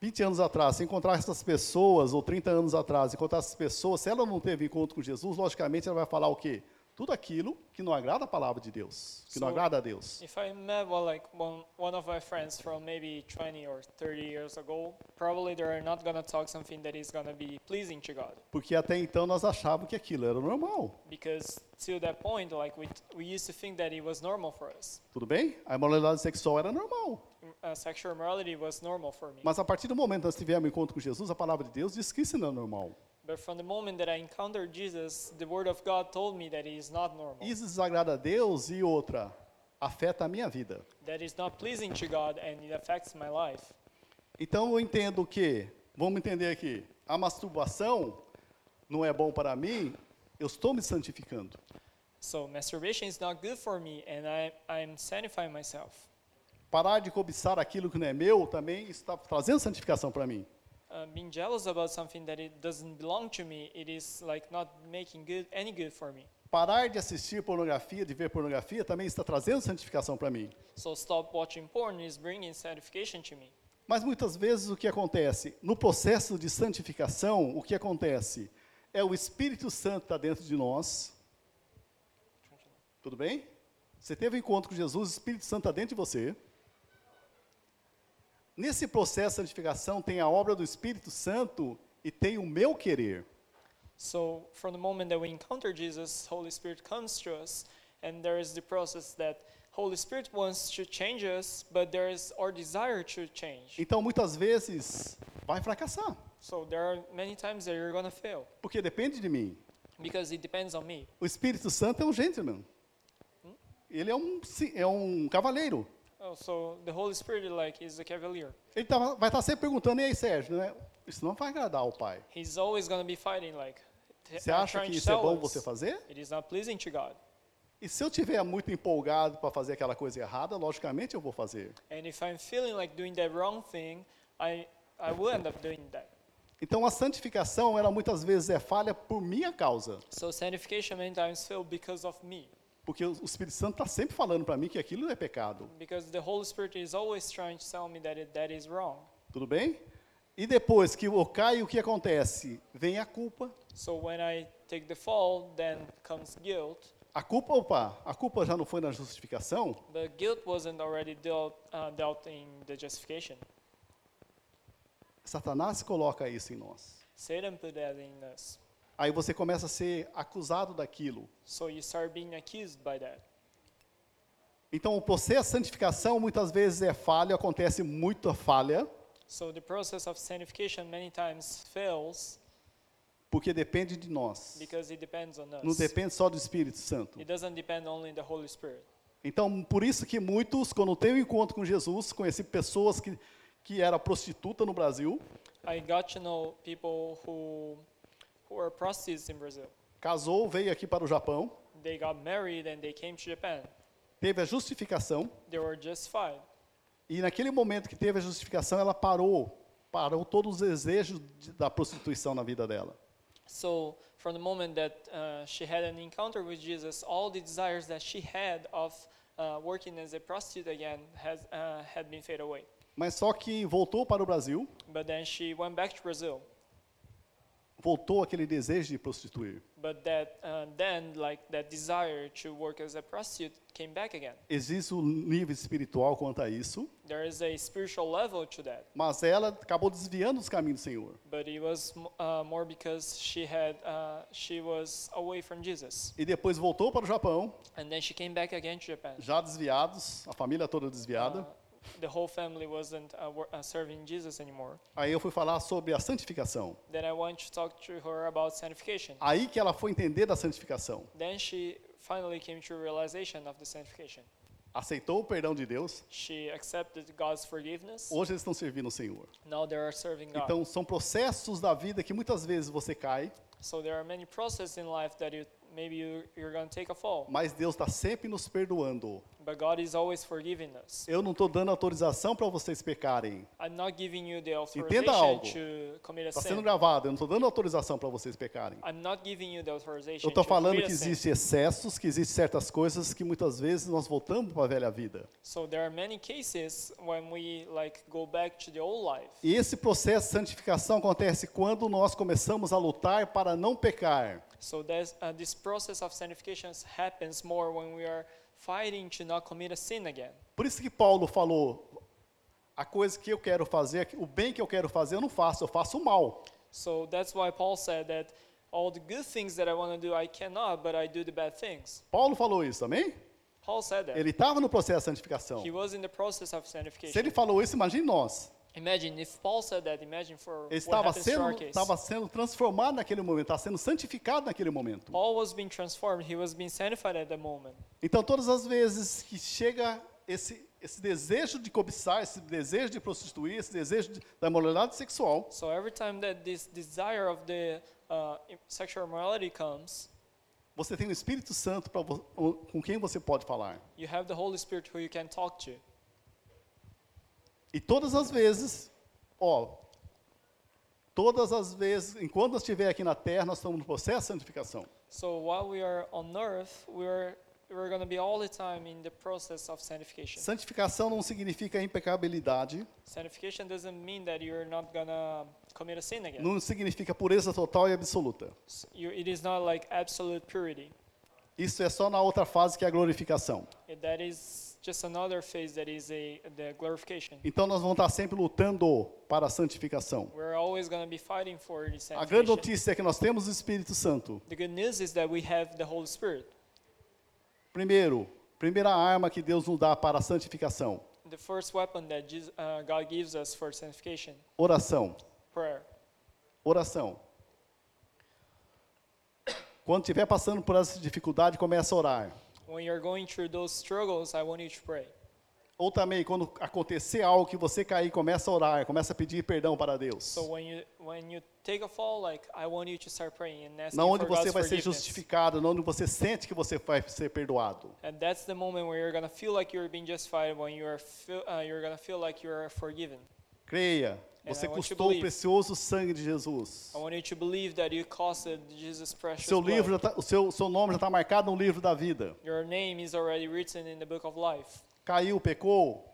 Speaker 1: 20 anos atrás, se encontrar essas pessoas, ou 30 anos atrás, encontrar essas pessoas, se ela não teve encontro com Jesus, logicamente ela vai falar o quê? Tudo aquilo que não agrada a palavra de Deus, que não
Speaker 2: So-
Speaker 1: agrada a Deus.
Speaker 2: If I met well, like one, one of my friends from maybe 20 or 30 years ago, probably they are not gonna talk something that is gonna be pleasing to God,
Speaker 1: Porque até então nós achávamos que aquilo era normal.
Speaker 2: because till that point, like we, we used to think that it was normal for us.
Speaker 1: Tudo bem? A imoralidade sexual era normal.
Speaker 2: Uh, sexual morality was normal for me.
Speaker 1: Mas a partir do momento que nós tivemos encontro com Jesus, a palavra de Deus diz que isso não é normal.
Speaker 2: But from the moment that I encountered Jesus, the Word of God told me that it is not normal.
Speaker 1: Isso desagrada a Deus e outra, afeta a minha vida.
Speaker 2: that is not pleasing to God and it affects my life.
Speaker 1: Então eu entendo que, vamos entender aqui, a masturbação não é bom para mim, eu estou me santificando.
Speaker 2: So masturbation is not good for me and I, I'm sanctifying myself.
Speaker 1: Parar de cobiçar aquilo que não é meu também está trazendo santificação para mim.
Speaker 2: Uh, being jealous about something that it doesn't belong to me, it is like not making good any good for me.
Speaker 1: Parar de assistir pornografia, de ver pornografia, também está trazendo santificação para mim.
Speaker 2: So stop watching porn is bringing sanctification to me.
Speaker 1: Mas muitas vezes o que acontece? No processo de santificação, o que acontece? É o Espírito Santo está dentro de nós. Tudo bem? Você teve um encontro com Jesus, o Espírito Santo está dentro de você. Nesse processo de santificação tem a obra do Espírito Santo e tem o meu querer.
Speaker 2: So from the moment that we encounter Jesus, Holy Spirit comes to us, and there is the process that Holy Spirit wants to change us, but there is our desire to change.
Speaker 1: Então muitas vezes vai fracassar,
Speaker 2: So there are many times that you're gonna fail
Speaker 1: porque depende de mim.
Speaker 2: because it depends on me.
Speaker 1: O Espírito Santo é um gentleman. Ele é um, ci- é um cavaleiro.
Speaker 2: Oh, so the Holy Spirit like is a cavalier.
Speaker 1: Ele tá- vai estar sempre perguntando, e aí, Sérgio, né? isso não vai agradar ao pai.
Speaker 2: He's always gonna be fighting like. t-
Speaker 1: Você
Speaker 2: uh,
Speaker 1: acha
Speaker 2: trying
Speaker 1: que
Speaker 2: to
Speaker 1: isso é
Speaker 2: tell
Speaker 1: bom
Speaker 2: us
Speaker 1: você fazer?
Speaker 2: It is not pleasing to God.
Speaker 1: E se eu tiver muito empolgado para fazer aquela coisa errada, logicamente eu vou fazer.
Speaker 2: And if I'm feeling like doing the wrong thing, I, I will end up doing that.
Speaker 1: Então a santificação, ela muitas vezes é falha por minha causa,
Speaker 2: So sanctification many times fail because of me.
Speaker 1: porque o o Espírito Santo está sempre falando para mim que aquilo é pecado.
Speaker 2: Because the Holy Spirit is always trying to tell me that it, that is wrong.
Speaker 1: Tudo bem? E depois que eu caio, o que acontece? Vem a culpa.
Speaker 2: So when I take the fall, then comes guilt.
Speaker 1: A culpa, opa, a culpa já não foi na justificação?
Speaker 2: But guilt wasn't already dealt, uh, dealt in the justification.
Speaker 1: Satanás coloca isso em nós.
Speaker 2: Satan put that in us.
Speaker 1: Aí você começa a ser acusado daquilo.
Speaker 2: So you start being accused by that.
Speaker 1: Então, o processo de santificação muitas vezes é falho, acontece muita falha,
Speaker 2: So the process of sanctification many times fails
Speaker 1: porque depende de nós.
Speaker 2: because it depends on us.
Speaker 1: Não depende só do Espírito Santo.
Speaker 2: It doesn't depend only on the Holy Spirit.
Speaker 1: Então, por isso que muitos, quando têm um encontro com Jesus, conheci pessoas que, que era prostituta no Brasil,
Speaker 2: I got to know people who who are prostitutes in Brazil.
Speaker 1: casou, veio aqui para o Japão,
Speaker 2: They got married and they came to Japan.
Speaker 1: teve a justificação,
Speaker 2: They were justified.
Speaker 1: e naquele momento que teve a justificação, ela parou, parou todos os desejos de- da prostituição na vida dela.
Speaker 2: So from the moment that uh, she had an encounter with Jesus, all the desires that she had of uh, working as a prostitute again has uh, had been fade away.
Speaker 1: Mas só que voltou para o Brasil,
Speaker 2: But then she went back to Brazil.
Speaker 1: voltou aquele desejo de prostituir.
Speaker 2: But that uh, then, like that desire to work as a prostitute came back again.
Speaker 1: Existe um nível espiritual quanto a isso,
Speaker 2: There is a spiritual level to that,
Speaker 1: mas ela acabou desviando dos caminhos do Senhor.
Speaker 2: but it was m- uh, more because she had uh, she was away from Jesus,
Speaker 1: E depois voltou para o Japão,
Speaker 2: and then she came back again to Japan.
Speaker 1: já desviados, a família toda desviada.
Speaker 2: Uh, the whole family wasn't uh, wor- uh, serving Jesus anymore.
Speaker 1: Aí eu fui falar sobre a santificação.
Speaker 2: Then I want to talk to her about sanctification.
Speaker 1: Aí que ela foi entender da santificação.
Speaker 2: Then she finally came to a realization of the sanctification.
Speaker 1: Aceitou o perdão de Deus,
Speaker 2: She accepted God's forgiveness.
Speaker 1: hoje eles estão servindo o Senhor.
Speaker 2: Now they are serving God.
Speaker 1: Oh. Então são processos da vida que muitas vezes você cai,
Speaker 2: So there are many processes in life that you maybe you, you're going to take a fall,
Speaker 1: mas Deus está sempre nos perdoando.
Speaker 2: but God is always forgiving us.
Speaker 1: Eu não estou dando autorização para vocês pecarem.
Speaker 2: I'm not giving you the
Speaker 1: algo.
Speaker 2: authorization to commit a
Speaker 1: Está sendo
Speaker 2: sin.
Speaker 1: gravado, eu não estou dando autorização para vocês pecarem.
Speaker 2: I'm not giving you the authorization
Speaker 1: Eu estou
Speaker 2: to
Speaker 1: falando
Speaker 2: commit
Speaker 1: que
Speaker 2: a sin.
Speaker 1: existem excessos, que existem certas coisas que muitas vezes nós voltamos para a velha vida.
Speaker 2: So there are many cases when we like go back to the old life.
Speaker 1: E esse processo de santificação acontece quando nós começamos a lutar para não pecar.
Speaker 2: So there's, uh, this process of sanctification happens more when we are fighting to not commit a sin again.
Speaker 1: Por isso que Paulo falou: a coisa que eu quero fazer, o bem que eu quero fazer, eu não faço, eu faço o mal.
Speaker 2: So that's why Paul said that all the good things that I want to do I cannot, but I do the bad things.
Speaker 1: Paulo falou isso, amém?
Speaker 2: Paul said that.
Speaker 1: Ele estava no processo de santificação.
Speaker 2: He was in the process of
Speaker 1: Se
Speaker 2: sanctification.
Speaker 1: ele falou isso, imagine nós.
Speaker 2: Imagine if Paul said that. Imagine for
Speaker 1: Ele
Speaker 2: what
Speaker 1: estava
Speaker 2: happens to our
Speaker 1: sendo,
Speaker 2: case.
Speaker 1: estava sendo transformado naquele momento, estava sendo santificado naquele momento.
Speaker 2: Paul was being transformed. He was being sanctified at the moment.
Speaker 1: Então, todas as vezes que chega esse, esse desejo de cobiçar, esse desejo de prostituir, esse desejo de- da moralidade sexual,
Speaker 2: So every time that this desire of the uh, sexual morality comes,
Speaker 1: você tem o Espírito Santo pra vo- o- com quem você pode falar.
Speaker 2: you have the Holy Spirit who you can talk to.
Speaker 1: E todas as vezes, ó, todas as vezes, enquanto nós estiver aqui na terra, nós estamos no processo de santificação.
Speaker 2: So while we are on earth, we're we're going to be all the time in the process of sanctification.
Speaker 1: Santificação não significa impecabilidade,
Speaker 2: Sanctification doesn't mean that you're not going to commit a sin again.
Speaker 1: não significa pureza total e absoluta.
Speaker 2: S- You, it is not like absolute purity.
Speaker 1: Isso é só na outra fase que é a glorificação.
Speaker 2: It- that is just another phase that is a the glorification.
Speaker 1: Então nós vamos estar sempre lutando para a santificação.
Speaker 2: We're always going to be fighting for the
Speaker 1: A grande
Speaker 2: sanctification.
Speaker 1: notícia é que nós temos o Espírito Santo.
Speaker 2: The good news is that we have the Holy Spirit.
Speaker 1: Primeiro, primeira arma que Deus nos dá para a santificação,
Speaker 2: The first weapon that Jesus, uh, God gives us for sanctification,
Speaker 1: oração,
Speaker 2: prayer.
Speaker 1: oração. Quando estiver passando por essa dificuldade, começa a orar.
Speaker 2: When you're going through those struggles, I want you to pray.
Speaker 1: Ou também, quando acontecer algo que você cair, começa a orar, começa a pedir perdão para Deus.
Speaker 2: So when you when you take a fall, like I want you to start praying and asking
Speaker 1: Na onde
Speaker 2: for God's
Speaker 1: você vai ser
Speaker 2: forgiveness.
Speaker 1: justificado, na onde você sente que você vai ser perdoado.
Speaker 2: And that's the moment where you're gonna feel like you're being justified. When you're feel, uh, you're gonna feel like you're forgiven.
Speaker 1: Creia,
Speaker 2: And
Speaker 1: você
Speaker 2: I want you to
Speaker 1: custou o
Speaker 2: believe.
Speaker 1: precioso sangue de Jesus.
Speaker 2: I want you to believe that you costed Jesus' precious
Speaker 1: Seu
Speaker 2: blood.
Speaker 1: livro, já tá, o seu, seu nome já está marcado no livro da vida.
Speaker 2: Your name is already written in the book of life.
Speaker 1: Caiu, pecou,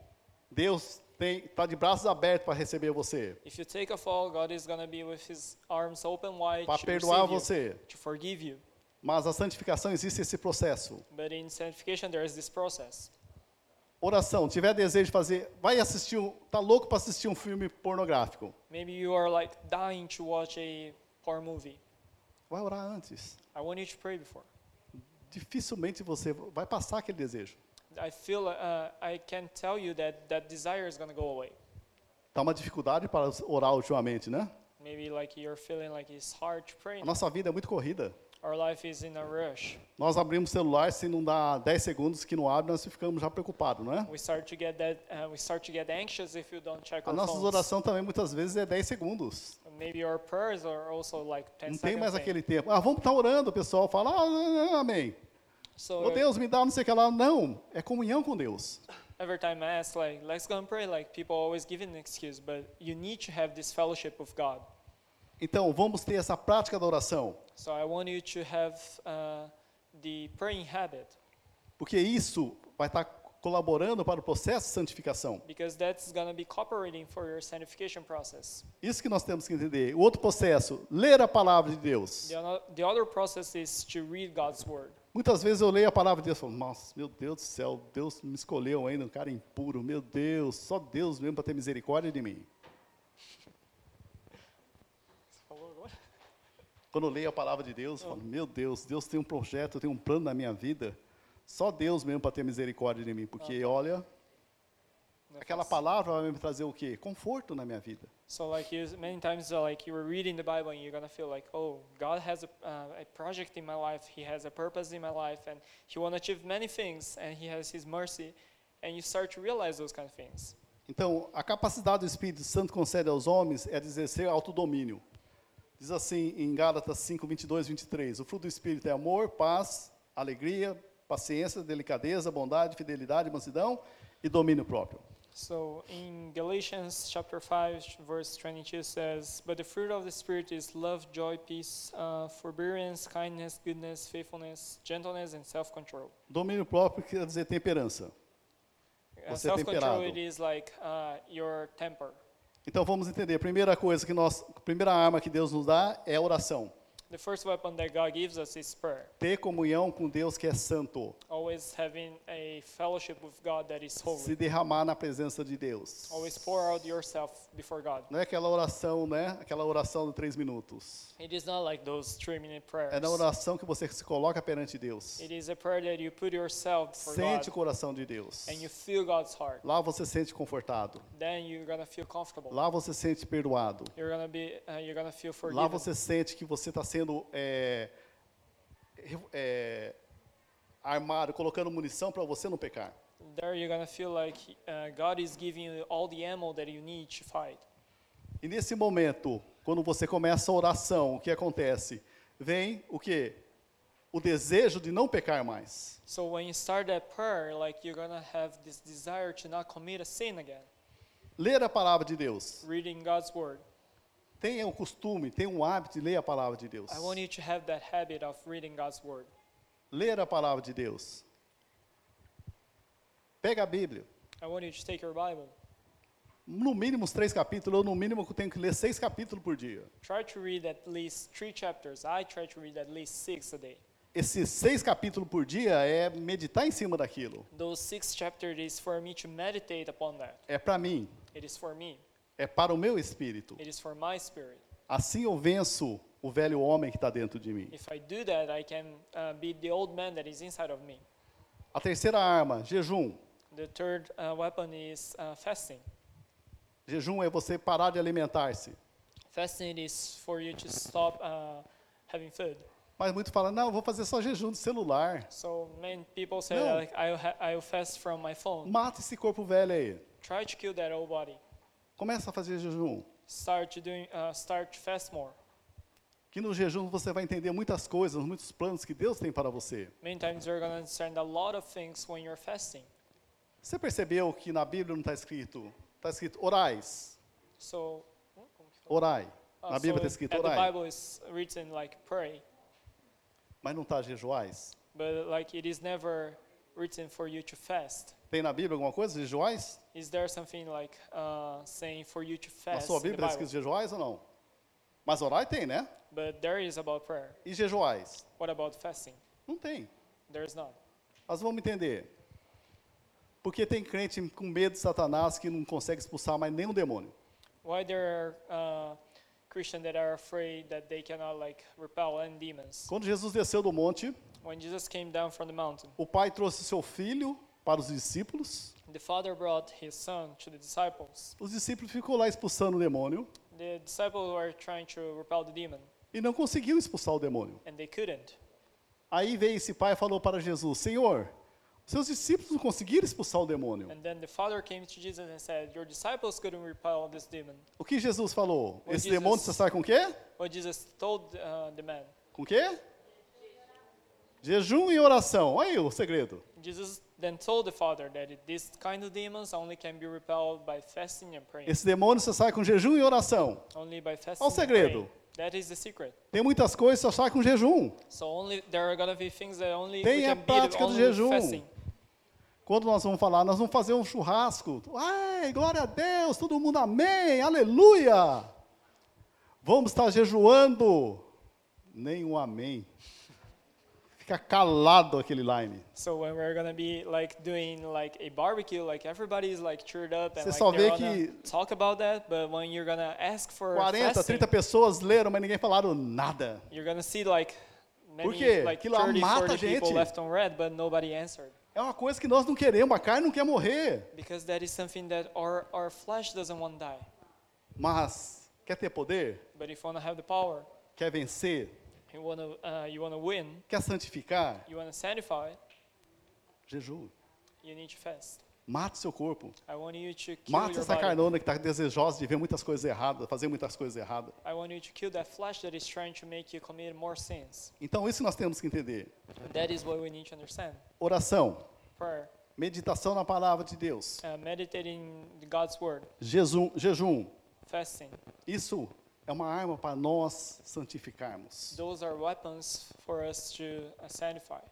Speaker 1: Deus está de braços abertos para receber você,
Speaker 2: If you take a fall, God is gonna be with His arms open wide
Speaker 1: para
Speaker 2: to
Speaker 1: perdoar
Speaker 2: receive you,
Speaker 1: você.
Speaker 2: to forgive you.
Speaker 1: Mas a santificação existe esse processo.
Speaker 2: But in sanctification, there is this process.
Speaker 1: Oração, tiver desejo de fazer, vai assistir, um, tá louco para assistir um filme pornográfico.
Speaker 2: Maybe you are like dying to watch a porn movie.
Speaker 1: Vai orar antes.
Speaker 2: I want you to pray before.
Speaker 1: Dificilmente você vai passar aquele desejo.
Speaker 2: I feel uh, I can tell you that that desire is gonna go away.
Speaker 1: Tá uma dificuldade para orar ultimamente, né?
Speaker 2: Maybe like you're feeling like it's hard to pray.
Speaker 1: A
Speaker 2: now.
Speaker 1: nossa vida é muito corrida.
Speaker 2: Our life is in a rush.
Speaker 1: Nós abrimos o celular, se não dá 10 segundos que não abre, nós ficamos já preocupados, não é?
Speaker 2: We start to get that. Uh, we start to get anxious if you don't check
Speaker 1: A
Speaker 2: our
Speaker 1: nossa
Speaker 2: phones.
Speaker 1: oração também muitas vezes é 10 segundos.
Speaker 2: And Maybe our prayers are also like 10
Speaker 1: Não tem
Speaker 2: second
Speaker 1: mais
Speaker 2: thing.
Speaker 1: aquele tempo. Ah, vamos estar orando, o pessoal fala, ah, ah, amém.
Speaker 2: So
Speaker 1: Ô Deus, me dá não sei o que lá. Não, é comunhão com Deus.
Speaker 2: every time I ask, like, let's go and pray, like people always give an excuse, but you need to have this fellowship with God.
Speaker 1: Então, vamos ter essa prática da oração,
Speaker 2: So I want you to have uh, the praying habit
Speaker 1: porque isso vai estar colaborando para o processo de santificação.
Speaker 2: because that's going to be cooperating for your sanctification process.
Speaker 1: Isso que nós temos que entender. O outro processo, ler a palavra de Deus.
Speaker 2: The, ano- the other process is to read God's word.
Speaker 1: Muitas vezes eu leio a palavra de Deus e falo, nossa, meu Deus do céu, Deus me escolheu ainda, um cara impuro, meu Deus, só Deus mesmo para ter misericórdia de mim. Quando eu leio a palavra de Deus, eu falo, meu Deus, Deus tem um projeto, tem um plano na minha vida, só Deus mesmo para ter misericórdia de mim, porque olha,
Speaker 2: é
Speaker 1: aquela palavra vai me trazer o quê? Conforto na minha vida.
Speaker 2: So like you, many times uh, like you were reading the Bible and you're gonna feel like, oh, God has a, uh, a project in my life. He has a purpose in my life, and He want to achieve many things, and He has His mercy, and you start to realize those kind of things.
Speaker 1: Então, a capacidade do Espírito Santo concede aos homens é de exercer autodomínio. Diz assim em Gálatas 5, 22, 23. O fruto do Espírito é amor, paz, alegria, paciência, delicadeza, bondade, fidelidade, mansidão e domínio próprio.
Speaker 2: So in Galatians chapter five, verse twenty-two says, "But the fruit of the Spirit is love, joy, peace, uh, forbearance, kindness, goodness, faithfulness, gentleness, and self-control."
Speaker 1: Domínio próprio quer dizer temperança.
Speaker 2: Uh,
Speaker 1: Você é
Speaker 2: self-control
Speaker 1: temperado.
Speaker 2: it is like uh, your temper.
Speaker 1: Então vamos entender, a primeira coisa que nós, a primeira arma que Deus nos dá é a oração.
Speaker 2: The first weapon that God gives us is prayer.
Speaker 1: Ter comunhão com Deus que é santo,
Speaker 2: always having a fellowship with God that is
Speaker 1: se
Speaker 2: holy.
Speaker 1: derramar na presença de Deus.
Speaker 2: Always pour out yourself before God.
Speaker 1: Não é aquela oração, né? Aquela oração de três minutos.
Speaker 2: It is not like those three minute prayers.
Speaker 1: É na oração que você se coloca perante Deus.
Speaker 2: It is a prayer that you put yourself before
Speaker 1: Sente o
Speaker 2: God
Speaker 1: coração de Deus.
Speaker 2: and you feel God's heart.
Speaker 1: Lá você sente confortado.
Speaker 2: Then you're gonna feel comfortable.
Speaker 1: Lá você sente perdoado.
Speaker 2: You're gonna be uh, you're gonna feel
Speaker 1: Lá
Speaker 2: forgiven.
Speaker 1: você sente que você está sendo é, re- é, armado, colocando munição para você não pecar.
Speaker 2: There you're gonna feel like uh, God is giving you all the ammo that you need to fight.
Speaker 1: E nesse momento, quando você começa a oração, o que acontece? Vem o quê? O desejo de não pecar mais.
Speaker 2: So when you start that prayer, like you're gonna have this desire to not commit a sin again.
Speaker 1: Ler a palavra de Deus.
Speaker 2: Reading God's word.
Speaker 1: Tenha o costume, tenha um hábito de ler a palavra de Deus.
Speaker 2: I want you to have that habit of reading God's word.
Speaker 1: ler a palavra de Deus. Pega a Bíblia.
Speaker 2: I want you to take your Bible.
Speaker 1: No mínimo os três capítulos, eu no mínimo tenho que ler seis capítulos por dia.
Speaker 2: Try to read at least three chapters. I try to read at least six a day.
Speaker 1: Esses seis capítulos por dia é meditar em cima daquilo.
Speaker 2: Those six chapters is for me to meditate upon that.
Speaker 1: É para mim,
Speaker 2: It is for me.
Speaker 1: é para o meu espírito.
Speaker 2: It is for my spirit.
Speaker 1: Assim eu venço o velho homem que está dentro de mim.
Speaker 2: If I do that, I can uh, beat the old man that is inside of me.
Speaker 1: A terceira arma, jejum.
Speaker 2: The third uh, weapon is uh, fasting.
Speaker 1: Jejum é você parar de alimentar-se.
Speaker 2: Fasting is for you to stop uh, having food.
Speaker 1: Mas muitos falam, não, eu vou fazer só jejum do celular.
Speaker 2: So many people say
Speaker 1: No.
Speaker 2: like I'll, ha- I'll fast from my phone.
Speaker 1: Mata esse corpo velho aí.
Speaker 2: Try to kill that old body.
Speaker 1: Começa a fazer jejum.
Speaker 2: Start to doing. Uh, start to fast more.
Speaker 1: Que no jejum você vai entender muitas coisas, muitos planos que Deus tem para você.
Speaker 2: Many times you're gonna understand a lot of things when you're fasting.
Speaker 1: Você percebeu que na Bíblia não está escrito, está escrito orais,
Speaker 2: So,
Speaker 1: orai.
Speaker 2: uh,
Speaker 1: na Bíblia
Speaker 2: so
Speaker 1: está escrito
Speaker 2: that the
Speaker 1: orai,
Speaker 2: Bible is written like pray,
Speaker 1: mas não está jejuais.
Speaker 2: but like it is never written for you to fast.
Speaker 1: Tem na Bíblia alguma coisa, jejuais?
Speaker 2: Is there something like uh, saying for you to
Speaker 1: Na
Speaker 2: fast?
Speaker 1: sua
Speaker 2: in the
Speaker 1: Bíblia está
Speaker 2: É, Bible?
Speaker 1: escrito jejuais ou não? Mas orai tem, né?
Speaker 2: But there is about prayer.
Speaker 1: E jejuais?
Speaker 2: What about fasting?
Speaker 1: Não tem.
Speaker 2: There is not.
Speaker 1: Nós vamos entender. Porque tem crente com medo de Satanás que não consegue expulsar mais nenhum demônio.
Speaker 2: Why there are uh, Christians that are afraid that they cannot like repel any demons?
Speaker 1: Quando Jesus desceu do monte,
Speaker 2: When Jesus came down from the mountain,
Speaker 1: o pai trouxe seu filho para os discípulos.
Speaker 2: the father brought his son to the disciples.
Speaker 1: Os discípulos ficou lá expulsando o demônio.
Speaker 2: The disciples were trying to repel the demon,
Speaker 1: e não conseguiu expulsar o demônio.
Speaker 2: and they couldn't.
Speaker 1: Aí veio esse pai e falou para Jesus: Senhor, seus discípulos não conseguiram expulsar o demônio.
Speaker 2: And then the father came to Jesus and said, Your disciples couldn't repel this demônio."
Speaker 1: O que Jesus falou?
Speaker 2: Mas
Speaker 1: Esse
Speaker 2: Jesus-
Speaker 1: demônio você sabe com o quê?
Speaker 2: What Jesus told uh, the man.
Speaker 1: Com o quê? Jejum e oração. Olha aí o segredo.
Speaker 2: Jesus then told the father that it- this kind of demons only can be repelled by fasting and praying.
Speaker 1: Esse demônio você sai com jejum e oração.
Speaker 2: only by fasting and
Speaker 1: segredo.
Speaker 2: praying. That is the secret.
Speaker 1: Tem muitas coisas que só sai com jejum.
Speaker 2: So only there are gonna be things that only
Speaker 1: Tem
Speaker 2: we
Speaker 1: a
Speaker 2: can beat
Speaker 1: prática do
Speaker 2: only with
Speaker 1: jejum.
Speaker 2: fasting.
Speaker 1: Quando nós vamos falar, nós vamos fazer um churrasco. Ai, glória a Deus, todo mundo amém, aleluia. Vamos estar jejuando. Nem um amém. Fica calado aquele line.
Speaker 2: So when we're gonna be like doing like a barbecue, like everybody's like cheered up and
Speaker 1: Você
Speaker 2: like
Speaker 1: só
Speaker 2: they're
Speaker 1: vê
Speaker 2: gonna
Speaker 1: que-
Speaker 2: talk about that, but when you're gonna ask for
Speaker 1: 40,
Speaker 2: fasting,
Speaker 1: 30 pessoas leram, mas ninguém falaram nada.
Speaker 2: you're gonna see like many
Speaker 1: quê?
Speaker 2: like
Speaker 1: Aquilo lá
Speaker 2: 30,
Speaker 1: mata
Speaker 2: 40 people
Speaker 1: gente.
Speaker 2: left unread, but nobody answered
Speaker 1: É uma coisa que nós não queremos, a carne não quer morrer.
Speaker 2: because that is something that our our flesh doesn't want to die.
Speaker 1: Mas quer ter poder?
Speaker 2: But if you wanna have the power,
Speaker 1: Quer vencer?
Speaker 2: you wanna uh, you wanna win,
Speaker 1: Quer santificar?
Speaker 2: you wanna sanctify,
Speaker 1: Jejum.
Speaker 2: you need to fast.
Speaker 1: Mate seu corpo.
Speaker 2: I want you to kill
Speaker 1: Mata
Speaker 2: your
Speaker 1: essa
Speaker 2: body.
Speaker 1: carnona que está desejosa de ver muitas coisas erradas, fazer muitas coisas erradas.
Speaker 2: I want you to kill that flesh that is trying to make you commit more sins.
Speaker 1: Então, isso nós temos que entender.
Speaker 2: That is what we need to understand.
Speaker 1: Oração,
Speaker 2: Prayer.
Speaker 1: meditação na palavra de Deus,
Speaker 2: uh, meditating God's word,
Speaker 1: jejum, jejum.
Speaker 2: fasting.
Speaker 1: Isso é uma arma para nós santificarmos.
Speaker 2: Those are weapons for us to uh, sanctify.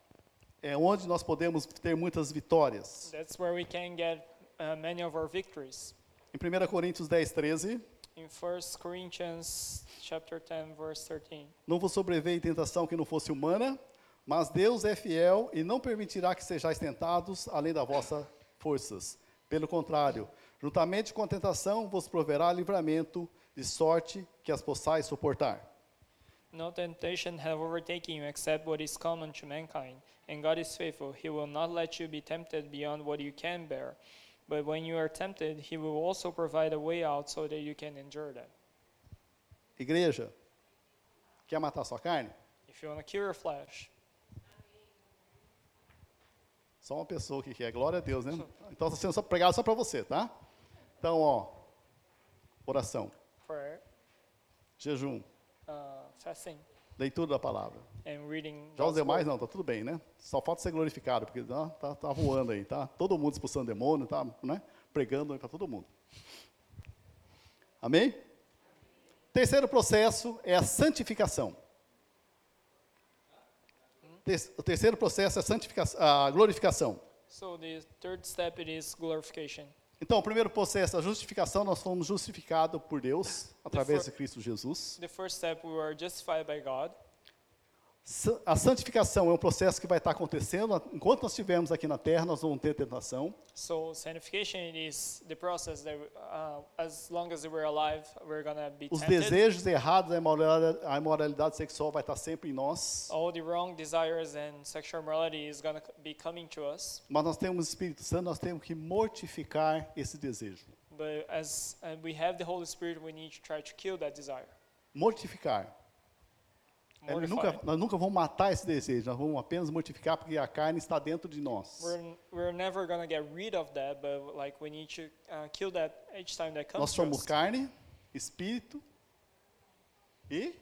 Speaker 1: É onde nós podemos ter muitas vitórias.
Speaker 2: That's where we can get uh, many of our victories.
Speaker 1: Em 1 Coríntios 10, 13,
Speaker 2: In 1 Corinthians chapter 10 verse 13.
Speaker 1: não vos sobreveio tentação que não fosse humana, mas Deus é fiel e não permitirá que sejais tentados além da vossa forças. Pelo contrário, juntamente com a tentação vos proverá livramento de sorte que as possais suportar.
Speaker 2: No temptation have overtaken you except what is common to mankind. And God is faithful. He will not let you be tempted beyond what you can bear. But when you are tempted, He will also provide a way out so that you can endure that.
Speaker 1: Igreja, quer matar sua carne?
Speaker 2: If you want to kill your flesh,
Speaker 1: Só uma pessoa que quer, glória a Deus, né? Então está sendo só pregado só para você, tá? Então, ó, oração,
Speaker 2: prayer,
Speaker 1: jejum,
Speaker 2: uh, fasting,
Speaker 1: leitura da palavra.
Speaker 2: and reading.
Speaker 1: Já os
Speaker 2: God's word.
Speaker 1: demais não, tá tudo bem, né? Só falta ser glorificado, porque ó, tá, tá voando aí, tá? Todo mundo expulsando demônio, tá, né? Pregando aí para todo mundo. Amém? Terceiro processo é a santificação. Ter- O terceiro processo é a, santificação, a glorificação.
Speaker 2: So the third step it is glorification.
Speaker 1: Então, o primeiro processo, a justificação, nós fomos justificados por Deus através de Cristo Jesus.
Speaker 2: The first step we were justified by God.
Speaker 1: Sa- A santificação é um processo que vai estar acontecendo enquanto nós estivermos aqui na Terra, nós vamos ter tentação.
Speaker 2: So sanctification it is the process that uh, as long as we're alive we're gonna be
Speaker 1: Os
Speaker 2: tempted.
Speaker 1: desejos errados, a imoralidade, a imoralidade sexual vai estar sempre em nós.
Speaker 2: All the wrong desires and sexual morality is gonna c- be coming to us.
Speaker 1: Mas nós temos o Espírito Santo, nós temos que mortificar esse desejo.
Speaker 2: But as uh, we have the Holy Spirit, we need to try to kill that desire.
Speaker 1: Mortificar. É,
Speaker 2: Mortify.
Speaker 1: nunca, nós nunca vamos matar esse desejo, nós vamos apenas mortificar porque a carne está dentro de nós.
Speaker 2: We're, we're never gonna get rid of that, but like we need to uh, kill that each time that
Speaker 1: Nós
Speaker 2: comes. to
Speaker 1: somos
Speaker 2: us.
Speaker 1: carne, espírito e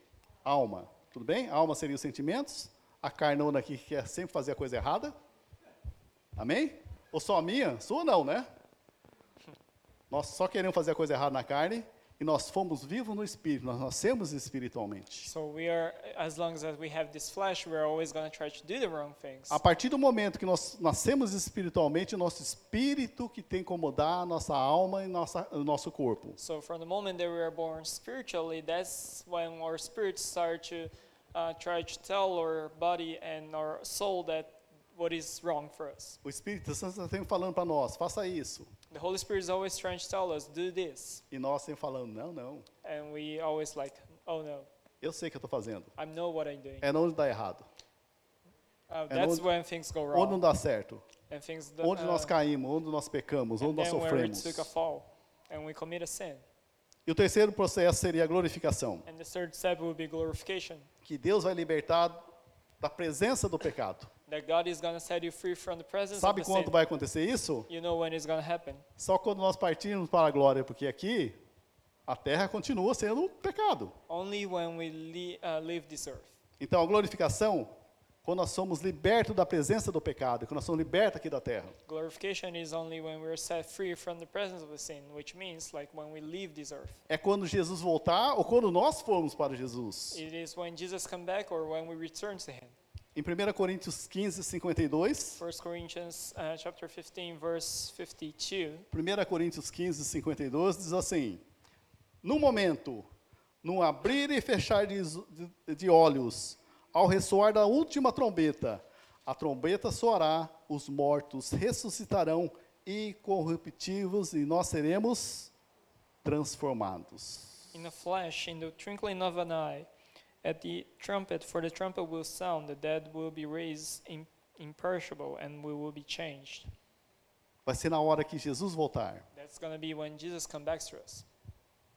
Speaker 1: alma. Tudo bem? Alma seriam os sentimentos. A carnona aqui que quer sempre fazer a coisa errada. Amém? Ou só a minha? Sua não, né? Nós só queremos fazer a coisa errada na carne e nós fomos vivos no espírito, nós nascemos espiritualmente.
Speaker 2: So we are, as long as we have this flesh, we're always going to try to do the wrong things.
Speaker 1: A partir do momento que nós nascemos espiritualmente, o nosso espírito que tem que mudar a nossa alma e nossa, o nosso corpo.
Speaker 2: So from the moment that we are born spiritually, that's when our spirits start to uh, try to tell our body and our soul that what is wrong for us.
Speaker 1: O Espírito Santo está sempre falando para nós: faça isso.
Speaker 2: The Holy Spirit is always trying to tell us, do this,
Speaker 1: E nós sempre falando, não, não,
Speaker 2: and we always like, oh no,
Speaker 1: eu sei o que eu estou fazendo.
Speaker 2: I know what I'm doing.
Speaker 1: É onde dá errado,
Speaker 2: Uh, that's
Speaker 1: onde-
Speaker 2: when things go
Speaker 1: onde não
Speaker 2: wrong,
Speaker 1: dá certo,
Speaker 2: and things. do-
Speaker 1: onde
Speaker 2: uh,
Speaker 1: nós caímos, onde nós pecamos, onde
Speaker 2: and
Speaker 1: nós
Speaker 2: then where we
Speaker 1: sofremos.
Speaker 2: took a fall, and we commit a sin.
Speaker 1: E o terceiro processo seria a glorificação,
Speaker 2: And the third step would be glorification.
Speaker 1: que Deus vai libertar da presença do pecado.
Speaker 2: that God is going to set you free from the presence
Speaker 1: Sabe
Speaker 2: of the sin.
Speaker 1: quando vai acontecer isso?
Speaker 2: You know when it's going to happen.
Speaker 1: Só quando nós partirmos para a glória, porque aqui a terra continua sendo um pecado.
Speaker 2: Only when we le- uh, leave this earth.
Speaker 1: Então a glorificação, quando nós somos libertos da presença do pecado, quando nós somos libertos aqui da terra.
Speaker 2: Glorification is only when we're set free from the presence of the sin, which means like when we leave this earth.
Speaker 1: É quando Jesus voltar ou quando nós formos para Jesus.
Speaker 2: It is when Jesus come back or when we return to him.
Speaker 1: Em 1 Coríntios 15, 52.
Speaker 2: 1 Corinthians uh, chapter 15 verse 52.
Speaker 1: 1 Coríntios 15, 52 diz assim: No momento, no abrir e fechar de, de- de olhos, ao ressoar da última trombeta, a trombeta soará, os mortos ressuscitarão incorruptíveis e nós seremos transformados.
Speaker 2: In a flash, in the twinkling of an eye, at the trumpet, for the trumpet will sound, the dead will be raised im- imperishable, and we will be changed.
Speaker 1: Vai ser na hora que Jesus voltar.
Speaker 2: That's going to be when Jesus comes back to us.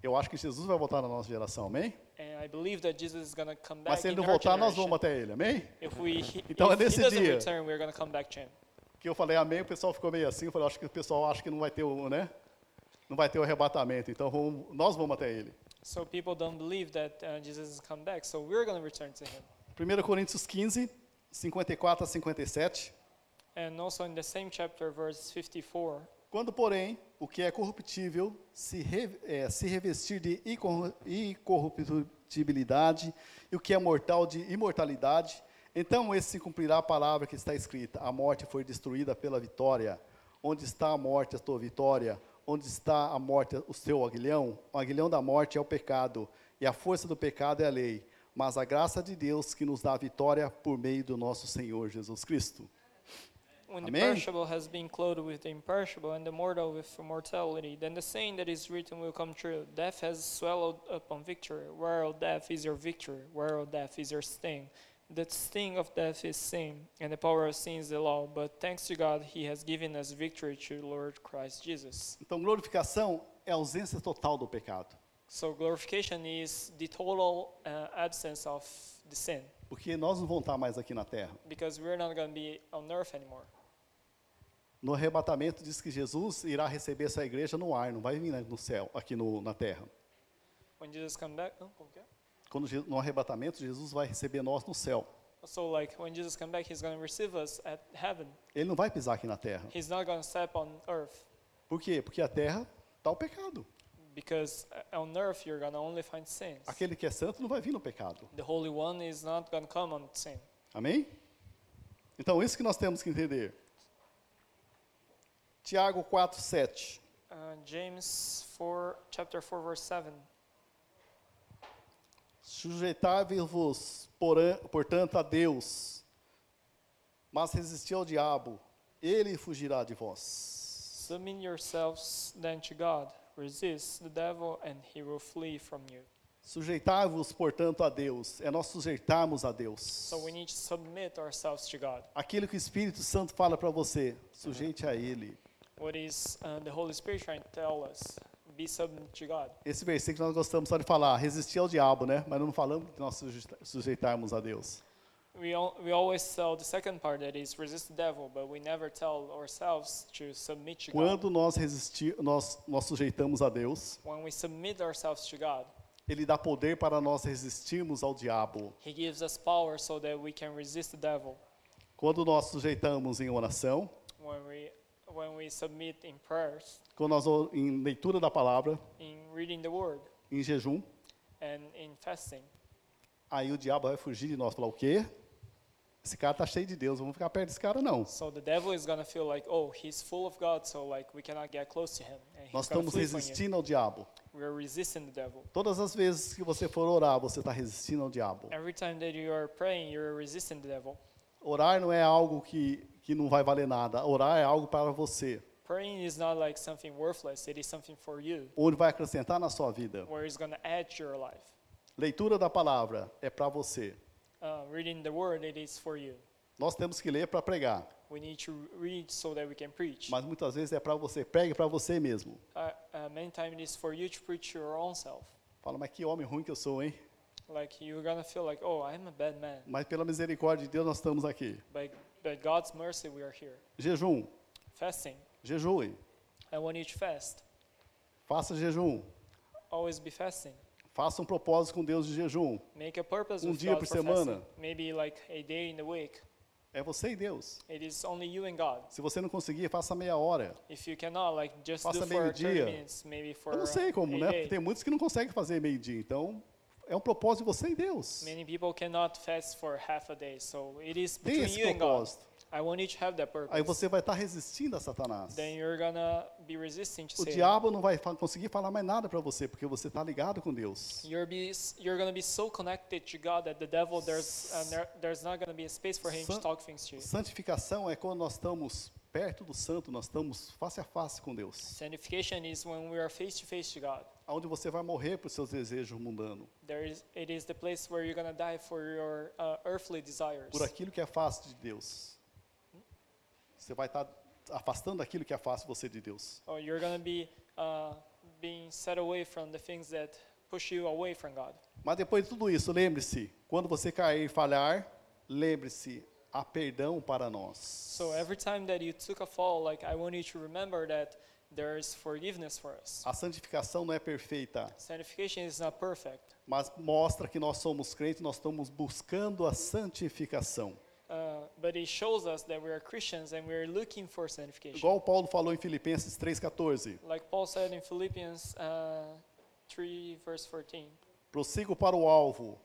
Speaker 1: Eu acho que Jesus vai voltar na nossa geração, amém?
Speaker 2: And I believe that Jesus is going to come back
Speaker 1: Mas se ele
Speaker 2: in
Speaker 1: não
Speaker 2: our
Speaker 1: voltar, nós vamos até ele,
Speaker 2: generation.
Speaker 1: amém?
Speaker 2: If, we,
Speaker 1: Então é
Speaker 2: if
Speaker 1: nesse
Speaker 2: he doesn't
Speaker 1: dia.
Speaker 2: return, we're going to come back to him.
Speaker 1: Que eu falei amém, o pessoal ficou meio assim, eu falei, acho que o pessoal acha que não vai ter o, né? Não vai ter o arrebatamento, então vamos- nós vamos até ele.
Speaker 2: So people don't believe that uh, Jesus has come back, so we're going to return to him.
Speaker 1: 1 Coríntios 15, 54 a 57.
Speaker 2: And also in the same chapter, verse 54,
Speaker 1: Quando, porém, o que é corruptível se, re- eh, se revestir de incorru- incorruptibilidade e o que é mortal de imortalidade, então esse se cumprirá a palavra que está escrita: A morte foi destruída pela vitória. Onde está a morte, a tua vitória? Onde está a morte, o seu aguilhão? O aguilhão da morte é o pecado, e a força do pecado é a lei, mas a graça de Deus que nos dá a vitória por meio do nosso Senhor Jesus Cristo.
Speaker 2: When
Speaker 1: Amém?
Speaker 2: the perishable has been clothed with the imperishable and the mortal with mortality, then the saying that is written will come true. Death has swallowed upon victory. Where, O death, is your victory? Where, O death, is your sting? The sting of death is sin, and the power of sin is the law. But thanks to God, He has given us victory through Lord Christ Jesus.
Speaker 1: Então, glorificação é a ausência total do pecado.
Speaker 2: So glorification is the total uh, absence of the sin,
Speaker 1: Porque nós não vamos estar mais aqui na terra.
Speaker 2: because we're not going to be on earth anymore.
Speaker 1: No arrebatamento diz que Jesus irá receber sua igreja no ar, não vai vir né, no céu, aqui no- na terra.
Speaker 2: When Jesus comes back, oh, como que é?
Speaker 1: Quando Je- no arrebatamento Jesus vai receber nós no céu.
Speaker 2: So like when Jesus come back, he's going to receive us at heaven.
Speaker 1: Ele não vai pisar aqui na terra.
Speaker 2: He's not going to step on earth
Speaker 1: Por quê? Porque a terra está o pecado.
Speaker 2: because uh, on earth you're going to only find sins.
Speaker 1: Aquele que é santo não vai vir no pecado.
Speaker 2: The Holy One is not going to come on sin.
Speaker 1: Amém? Então isso que nós temos que entender. Tiago 4:7.
Speaker 2: Uh, James 4 chapter 4 verse 7.
Speaker 1: Sujeitai-vos, porã- portanto, a Deus, mas resisti ao diabo, ele fugirá de vós.
Speaker 2: Submit yourselves then to God. Resist the devil and he will flee from you.
Speaker 1: Sujeitai-vos, portanto, a Deus, é nós sujeitarmos a Deus.
Speaker 2: So we need to submit ourselves to God.
Speaker 1: Aquilo que o Espírito Santo fala para você, sujeite a ele.
Speaker 2: What is uh, the Holy Spirit trying to tell us? Be submit to God.
Speaker 1: Esse versículo que nós gostamos só de falar, resistir ao diabo, né? Mas não falamos de nós sujeita- sujeitarmos a Deus.
Speaker 2: We, al- we always tell the second part that is resist the devil, but we never tell ourselves to submit to God.
Speaker 1: Quando nós resistir, nós nós sujeitamos a Deus,
Speaker 2: When we submit ourselves to God,
Speaker 1: ele dá poder para nós resistirmos ao diabo.
Speaker 2: He gives us power so that we can resist the devil.
Speaker 1: Quando nós sujeitamos em oração,
Speaker 2: When we when we submit in prayers,
Speaker 1: quando nós ou- em leitura da palavra,
Speaker 2: in reading the Word,
Speaker 1: em jejum,
Speaker 2: and in fasting,
Speaker 1: aí o diabo vai fugir de nós, falar o quê? Esse cara tá cheio de Deus, vamos ficar perto desse cara não.
Speaker 2: so the devil is gonna feel like, oh, he's full of God, so like we cannot get close to him, and
Speaker 1: Nós
Speaker 2: he's gonna
Speaker 1: estamos
Speaker 2: flee from you.
Speaker 1: resistindo ao diabo.
Speaker 2: We're resisting the devil.
Speaker 1: Todas as vezes que você for orar, você está resistindo ao diabo.
Speaker 2: Every time that you are praying, you're resisting the devil.
Speaker 1: Orar não é algo que, que não vai valer nada. Orar é algo para você,
Speaker 2: Praying is not like something worthless; it is something for you.
Speaker 1: onde vai acrescentar na sua vida.
Speaker 2: where it's going to add to your life.
Speaker 1: Leitura da palavra é para você.
Speaker 2: Uh, reading the word, it is for you.
Speaker 1: Nós temos que ler para pregar,
Speaker 2: We need to read so that we can preach.
Speaker 1: mas muitas vezes é para você. Pregue para você mesmo.
Speaker 2: Uh, uh, many times it is for you to preach to your own self.
Speaker 1: Fala, mas que homem ruim que eu sou, hein?
Speaker 2: Like you're going to feel like, oh, I'm a bad man.
Speaker 1: Mas pela misericórdia de Deus nós estamos aqui.
Speaker 2: By, by God's mercy, we are here.
Speaker 1: Jejum,
Speaker 2: Fasting.
Speaker 1: jejue,
Speaker 2: I want you to fast.
Speaker 1: faça jejum,
Speaker 2: Always be fasting.
Speaker 1: faça um propósito com Deus de jejum.
Speaker 2: Make a purpose
Speaker 1: Um
Speaker 2: with
Speaker 1: dia
Speaker 2: God
Speaker 1: por
Speaker 2: for fasting.
Speaker 1: semana.
Speaker 2: Maybe like a day in the week.
Speaker 1: É você e Deus.
Speaker 2: It is only you and God.
Speaker 1: Se você não conseguir, faça meia hora.
Speaker 2: If you cannot, like just
Speaker 1: Faça
Speaker 2: do for 30
Speaker 1: meio-dia.
Speaker 2: minutes, maybe for
Speaker 1: Eu não
Speaker 2: uh,
Speaker 1: sei como,
Speaker 2: a
Speaker 1: né?
Speaker 2: day.
Speaker 1: Porque tem muitos que não conseguem fazer meio-dia, então é é um propósito de você e Deus.
Speaker 2: Many people cannot fast for half a day, so it is
Speaker 1: Tem
Speaker 2: between
Speaker 1: esse
Speaker 2: you and God.
Speaker 1: propósito.
Speaker 2: I want you to have that purpose.
Speaker 1: Aí você vai estar resistindo a Satanás.
Speaker 2: Then you're gonna be resisting to
Speaker 1: O
Speaker 2: Satan.
Speaker 1: diabo não vai fa- conseguir falar mais nada para você, porque você está ligado com Deus.
Speaker 2: You're be you're gonna be so connected to God that the devil there's uh, there, there's not gonna be a space for him
Speaker 1: Sa-
Speaker 2: to talk things to you.
Speaker 1: Santificação é quando nós estamos perto do santo, nós estamos face a face com Deus.
Speaker 2: Sanctification is when we are face to face to God.
Speaker 1: Onde você vai morrer para os seus desejos mundanos,
Speaker 2: There is it is the place where you're gonna die for your uh, earthly desires.
Speaker 1: por aquilo que é fácil de Deus. Você vai estar afastando aquilo que é fácil você de Deus.
Speaker 2: Or you're gonna be uh, being set away from the things that push you away from God.
Speaker 1: Mas depois de tudo isso, lembre-se, quando você cair e falhar, lembre-se, há perdão para nós.
Speaker 2: So every time that you took a fall, like I want you to remember that there is forgiveness for us.
Speaker 1: A santificação não é perfeita,
Speaker 2: Sanctification is not perfect.
Speaker 1: mas mostra que nós somos crentes, nós estamos buscando a santificação.
Speaker 2: Uh, but it shows us that we are Christians and we are looking for sanctification.
Speaker 1: Igual Paulo falou em Filipenses 3,14:
Speaker 2: Like Paul said in Philippians uh, 3, verse 14.
Speaker 1: prossigo para o alvo,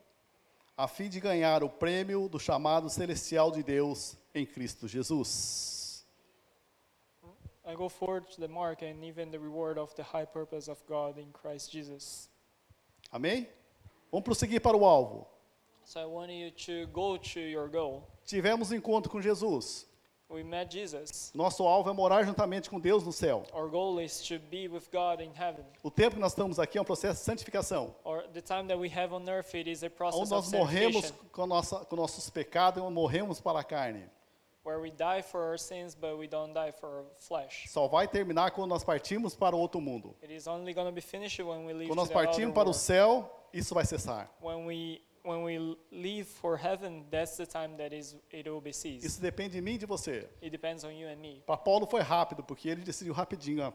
Speaker 1: a fim de ganhar o prêmio do chamado celestial de Deus em Cristo Jesus.
Speaker 2: I go forward to the mark and even the reward of the high purpose of God in Christ Jesus.
Speaker 1: Amém? Vamos prosseguir para o alvo.
Speaker 2: So I want you to go to your goal.
Speaker 1: Tivemos um encontro com Jesus.
Speaker 2: We met Jesus.
Speaker 1: Nosso alvo é morar juntamente com Deus no céu.
Speaker 2: Our goal is to be with God in heaven.
Speaker 1: O tempo que nós estamos aqui é um processo de santificação.
Speaker 2: Or the time that we have on earth, it is a
Speaker 1: Onde
Speaker 2: process of
Speaker 1: nós morremos
Speaker 2: sanctification.
Speaker 1: com, a nossa, com nossos pecados, e morremos para a carne.
Speaker 2: where we die for our sins, but we don't die for our flesh.
Speaker 1: Só vai terminar quando nós partimos para o outro mundo.
Speaker 2: It is only going to be finished when we leave
Speaker 1: Quando
Speaker 2: to
Speaker 1: nós
Speaker 2: the outer
Speaker 1: partimos para o
Speaker 2: world.
Speaker 1: céu, isso vai cessar.
Speaker 2: When we when we leave for heaven, that's the time that is it will be ceased.
Speaker 1: Isso depende de mim e de você.
Speaker 2: it depends on you and me.
Speaker 1: Para Paulo foi rápido, porque ele decidiu rapidinho a,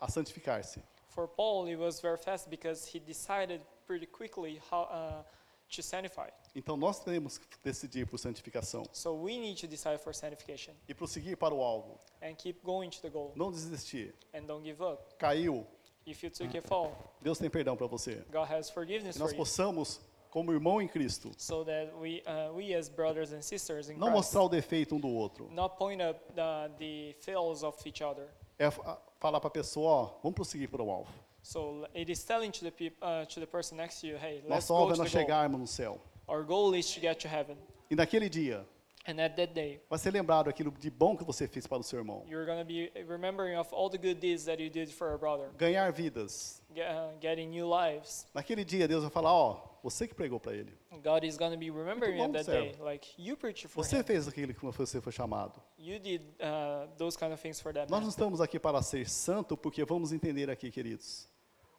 Speaker 1: a santificar-se.
Speaker 2: For Paul, it was very fast because he decided pretty quickly how uh, to sanctify.
Speaker 1: Então nós temos que decidir por santificação
Speaker 2: So we need to decide for sanctification
Speaker 1: e prosseguir para o alvo.
Speaker 2: and keep going to the goal
Speaker 1: Não desistir.
Speaker 2: and don't give up.
Speaker 1: Caiu,
Speaker 2: If you took a fall,
Speaker 1: Deus tem perdão para você.
Speaker 2: God has forgiveness
Speaker 1: Que nós
Speaker 2: for you.
Speaker 1: possamos, como irmão em Cristo,
Speaker 2: So that we uh, we as brothers and sisters in
Speaker 1: não
Speaker 2: Christ
Speaker 1: mostrar o defeito um do outro.
Speaker 2: not point up the, the fails of each other.
Speaker 1: é fa- falar para a pessoa, ó, vamos prosseguir para o alvo.
Speaker 2: So it is telling to the peop, uh, to the person next to you, hey,
Speaker 1: Nosso
Speaker 2: let's go
Speaker 1: alvo é
Speaker 2: to
Speaker 1: nós
Speaker 2: the goal.
Speaker 1: chegarmos no céu.
Speaker 2: Our goal is to get to heaven,
Speaker 1: E naquele dia,
Speaker 2: and at that day,
Speaker 1: vai ser lembrado aquilo de bom que você fez para o seu irmão.
Speaker 2: you're gonna be remembering of all the good deeds that you did for your brother,
Speaker 1: Ganhar vidas.
Speaker 2: get, uh, getting new lives.
Speaker 1: Naquele dia, Deus vai falar, ó, você que pregou para ele.
Speaker 2: God is gonna be remembering you at
Speaker 1: bom,
Speaker 2: that
Speaker 1: servo.
Speaker 2: day, like you preached for
Speaker 1: Você
Speaker 2: him.
Speaker 1: fez aquilo que você foi chamado.
Speaker 2: You did uh, those kind of things for that
Speaker 1: Nós
Speaker 2: man.
Speaker 1: não estamos aqui para ser santo, porque vamos entender aqui, queridos.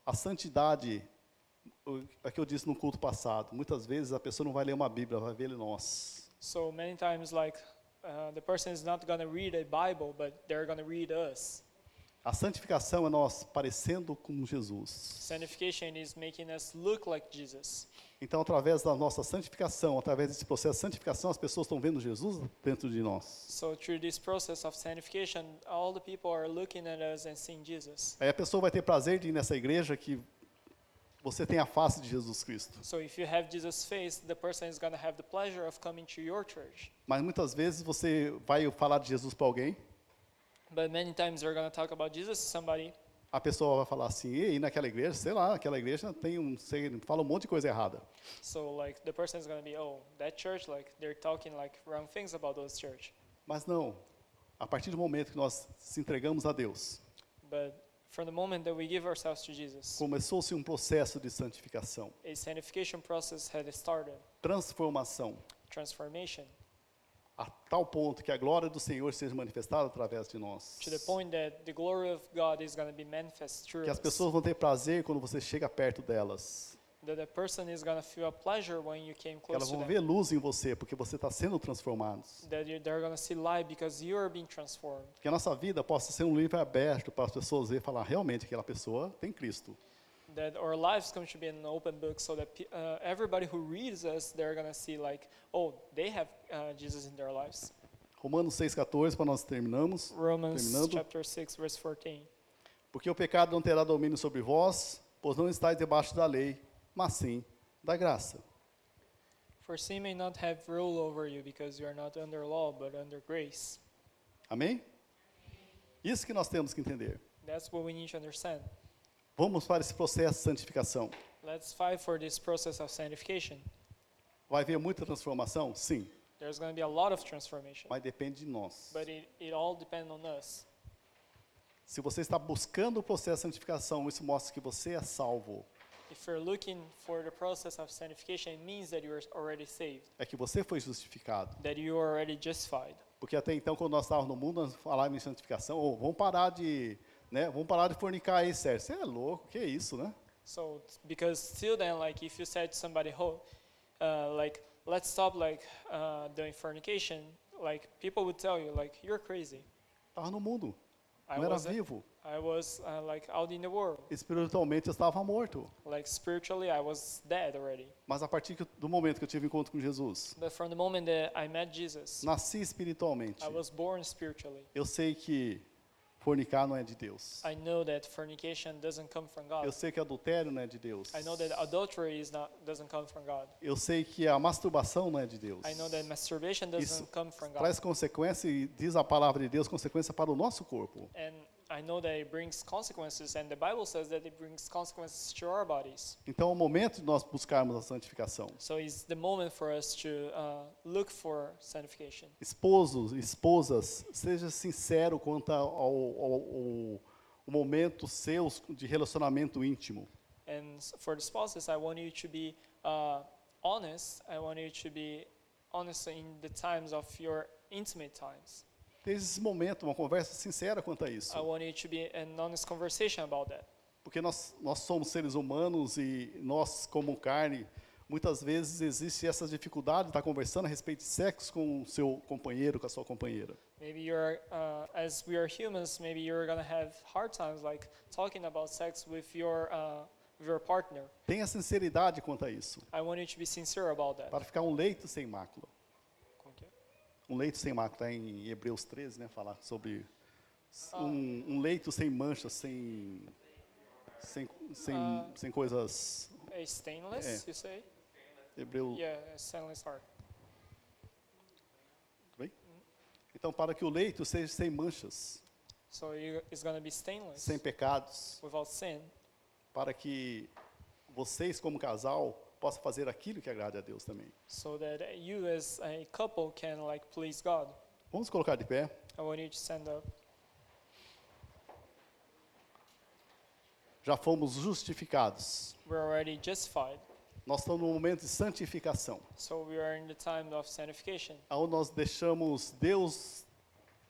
Speaker 1: A santidade, o- é o que eu disse no culto passado, muitas vezes a pessoa não vai ler uma Bíblia, vai ver nós.
Speaker 2: So many times, like uh, the person is not gonna read a Bible, but they're gonna read us.
Speaker 1: A santificação é nós parecendo com Jesus.
Speaker 2: Sanctification is making us look like Jesus.
Speaker 1: Então, através da nossa santificação, através desse processo de santificação, as pessoas estão vendo Jesus dentro de nós.
Speaker 2: So through this process of sanctification, all the people are looking at us and seeing Jesus.
Speaker 1: Aí a pessoa vai ter prazer de ir nessa igreja que você tem a face de Jesus Cristo.
Speaker 2: So if you have Jesus' face, the person is going to have the pleasure of coming to your church.
Speaker 1: Mas muitas vezes você vai falar de Jesus para alguém,
Speaker 2: But many times you're going to talk about Jesus to somebody,
Speaker 1: a pessoa vai falar assim, e naquela igreja, sei lá, aquela igreja tem um, sei, fala um monte de coisa errada.
Speaker 2: so like the person is going to be, oh, that church, like they're talking like wrong things about those church.
Speaker 1: Mas não, a partir do momento que nós se entregamos a Deus,
Speaker 2: But from the moment that we give ourselves to Jesus,
Speaker 1: começou-se um processo de santificação,
Speaker 2: a sanctification process had started,
Speaker 1: transformação,
Speaker 2: transformation,
Speaker 1: a tal ponto que a glória do Senhor seja manifestada através de nós.
Speaker 2: to the point that the glory of God is going to be manifest through
Speaker 1: que as
Speaker 2: us.
Speaker 1: pessoas vão ter prazer quando você chega perto delas.
Speaker 2: That the person is going to feel a pleasure when you came
Speaker 1: Que
Speaker 2: close
Speaker 1: elas
Speaker 2: to them.
Speaker 1: vão ver luz em você, porque você está sendo transformado.
Speaker 2: that you, they're going to see light because you are being transformed.
Speaker 1: Que a nossa vida possa ser um livro aberto para as pessoas verem e falar, realmente, aquela pessoa tem Cristo.
Speaker 2: That our lives come to be an open book so that pe- uh, everybody who reads us, they're going to see like, oh, they have uh, Jesus in their lives.
Speaker 1: Romanos 6,14, para nós terminamos.
Speaker 2: Romans
Speaker 1: Terminando.
Speaker 2: chapter 6, verse 14.
Speaker 1: Porque o pecado não terá domínio sobre vós, pois não estáis debaixo da lei, mas sim da graça.
Speaker 2: For sin may not have rule over you because you are not under law but under grace.
Speaker 1: Amém? Isso que nós temos que entender.
Speaker 2: That's what we need to understand.
Speaker 1: Vamos para esse processo de santificação.
Speaker 2: Let's fight for this process of sanctification.
Speaker 1: Vai haver muita transformação? Sim,
Speaker 2: There's going to be a lot of transformation,
Speaker 1: mas depende de nós.
Speaker 2: but it, it all depends on us.
Speaker 1: Se você está buscando o processo de santificação, isso mostra que você é salvo.
Speaker 2: If you're looking for the process of sanctification, it means that you are already saved,
Speaker 1: É que você foi justificado.
Speaker 2: that you are already justified.
Speaker 1: Porque até então, quando nós estávamos no mundo, nós falávamos em santificação, ou vamos parar de, né, vamos parar de fornicar aí, Sérgio. Você é louco, que isso, né?
Speaker 2: So t- because still then, like if you said to somebody, "Oh, uh, like let's stop like uh, doing fornication," like people would tell you, "Like you're crazy."
Speaker 1: Estava no mundo,
Speaker 2: I
Speaker 1: não era
Speaker 2: was
Speaker 1: vivo.
Speaker 2: I was uh, like out in the world,
Speaker 1: Espiritualmente eu estava morto.
Speaker 2: like spiritually I was dead already.
Speaker 1: Mas a partir que- do momento que eu tive encontro com Jesus,
Speaker 2: But from the moment that I met Jesus,
Speaker 1: nasci espiritualmente.
Speaker 2: I was born spiritually.
Speaker 1: Eu sei que fornicar não é de Deus.
Speaker 2: I know that fornication doesn't come from God.
Speaker 1: Eu sei que adultério não é de Deus.
Speaker 2: I know that adultery is not doesn't come from God.
Speaker 1: Eu sei que a masturbação não é de Deus.
Speaker 2: I know that masturbation doesn't come from God.
Speaker 1: Traz consequência e diz a palavra de Deus, consequência para o nosso corpo.
Speaker 2: And I know that it brings consequences, and the Bible says that it brings consequences to our bodies.
Speaker 1: Então é o momento de nós buscarmos a santificação.
Speaker 2: So it's the moment for us to uh, look for sanctification.
Speaker 1: Esposos, esposas, seja sincero quanto ao, ao- ao- ao momento seu de relacionamento íntimo.
Speaker 2: And s- for the spouses, I want you to be uh, honest. I want you to be honest in the times of your intimate times.
Speaker 1: Desde esse momento, uma conversa sincera quanto a isso.
Speaker 2: I want you to be an honest conversation about that.
Speaker 1: Porque nós, nós somos seres humanos e nós, como carne, muitas vezes existe essa dificuldade de estar conversando a respeito de sexo com o seu companheiro, com a sua companheira.
Speaker 2: Maybe you're, uh, as we are humans, maybe you're gonna have hard times like talking about sex with your uh, with your partner.
Speaker 1: Tenha sinceridade quanto a isso,
Speaker 2: I want you to be sincere about that.
Speaker 1: para ficar um leito sem mácula.
Speaker 2: Como que é?
Speaker 1: Um leito sem mácula, está em Hebreus 13, né, falar sobre
Speaker 2: Ah.
Speaker 1: um, um leito sem manchas, sem, sem, sem,
Speaker 2: Ah.
Speaker 1: sem coisas...
Speaker 2: A stainless,
Speaker 1: É.
Speaker 2: you say?
Speaker 1: Hebreu,
Speaker 2: Yeah, a stainless heart.
Speaker 1: Então, para que o leito seja sem manchas,
Speaker 2: So you, it's gonna be stainless,
Speaker 1: sem pecados,
Speaker 2: without sin,
Speaker 1: para que vocês, como casal, possam fazer aquilo que agrade a Deus também.
Speaker 2: so that uh, you as a couple can like please God.
Speaker 1: Vamos colocar de pé.
Speaker 2: I want you to stand up.
Speaker 1: Já fomos justificados.
Speaker 2: We're already justified,
Speaker 1: Nós estamos no momento de santificação,
Speaker 2: so we are in the time of sanctification.
Speaker 1: onde nós deixamos Deus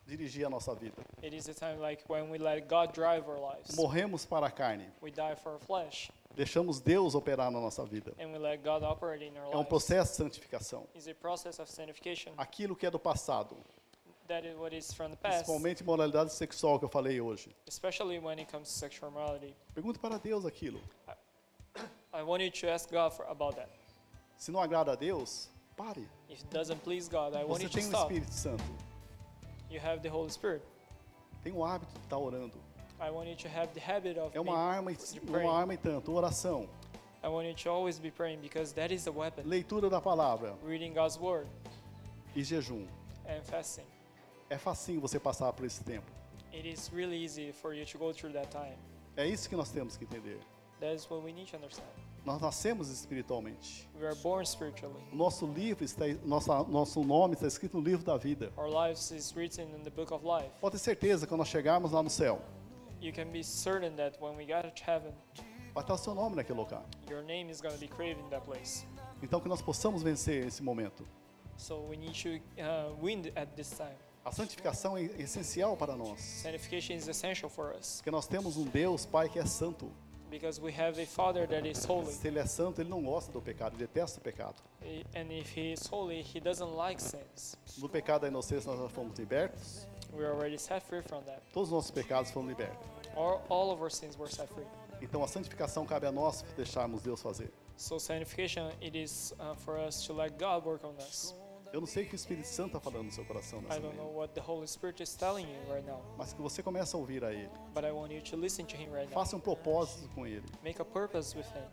Speaker 1: dirigir a nossa vida.
Speaker 2: It is the time like when we let God drive our lives.
Speaker 1: Morremos para a carne,
Speaker 2: We die for our flesh.
Speaker 1: deixamos Deus operar na nossa vida.
Speaker 2: and we let God operate in our
Speaker 1: É um Ah.
Speaker 2: lives.
Speaker 1: processo de santificação.
Speaker 2: It's a process of sanctification.
Speaker 1: Aquilo que é do passado,
Speaker 2: That is what is from the past,
Speaker 1: principalmente moralidade sexual que eu falei hoje.
Speaker 2: especially when it comes to sexual morality.
Speaker 1: Pergunta para Deus aquilo.
Speaker 2: I want you to ask God for, about that.
Speaker 1: Se não agrada a Deus, pare.
Speaker 2: If it doesn't please God, I want
Speaker 1: Você
Speaker 2: you to
Speaker 1: tem o
Speaker 2: stop.
Speaker 1: Espírito Santo,
Speaker 2: You have the Holy Spirit.
Speaker 1: tem o hábito de estar orando.
Speaker 2: I want you to have the habit of
Speaker 1: É uma
Speaker 2: being-
Speaker 1: arma, e,
Speaker 2: de praying.
Speaker 1: uma arma e tanto. Oração,
Speaker 2: I want you to always be praying because that is the weapon.
Speaker 1: leitura da palavra
Speaker 2: Reading God's word
Speaker 1: e jejum.
Speaker 2: and fasting.
Speaker 1: É facinho você passar por esse tempo.
Speaker 2: It is really easy for you to go through that time.
Speaker 1: É isso que nós temos que entender.
Speaker 2: That is what we need to understand.
Speaker 1: Nós nascemos espiritualmente.
Speaker 2: We are born spiritually.
Speaker 1: O Nosso livro está, nossa, nosso nome está escrito no livro da vida.
Speaker 2: Our lives is written in the book of life.
Speaker 1: Pode ter certeza que quando nós chegarmos lá no céu,
Speaker 2: You can be certain that when we get to heaven,
Speaker 1: vai estar o seu nome naquele lugar.
Speaker 2: your name is going to be craved in that place.
Speaker 1: Então que nós possamos vencer esse momento.
Speaker 2: So we need to uh, win at this time.
Speaker 1: A santificação é essencial para nós,
Speaker 2: Sanctification is essential for us
Speaker 1: porque nós temos um Deus Pai que é santo.
Speaker 2: because we have a Father that is holy,
Speaker 1: Se ele é santo, ele não gosta do pecado, ele detesta o pecado.
Speaker 2: I- and if He is holy, He doesn't like sins.
Speaker 1: No pecado da inocência nós já fomos libertos.
Speaker 2: We're already set free from that.
Speaker 1: Todos os nossos pecados foram libertos.
Speaker 2: All, all of our sins were set free.
Speaker 1: Então a santificação cabe a nós deixarmos Deus fazer.
Speaker 2: So sanctification, it is uh, for us to let God work on us.
Speaker 1: Eu não sei o que o Espírito Santo está falando no seu coração
Speaker 2: I
Speaker 1: nessa
Speaker 2: don't know
Speaker 1: manhã,
Speaker 2: what the Holy Spirit is telling you right now,
Speaker 1: mas que você comece a ouvir a Ele.
Speaker 2: but I want you to listen to Him right now.
Speaker 1: Faça um propósito com Ele.
Speaker 2: Make a purpose with Him.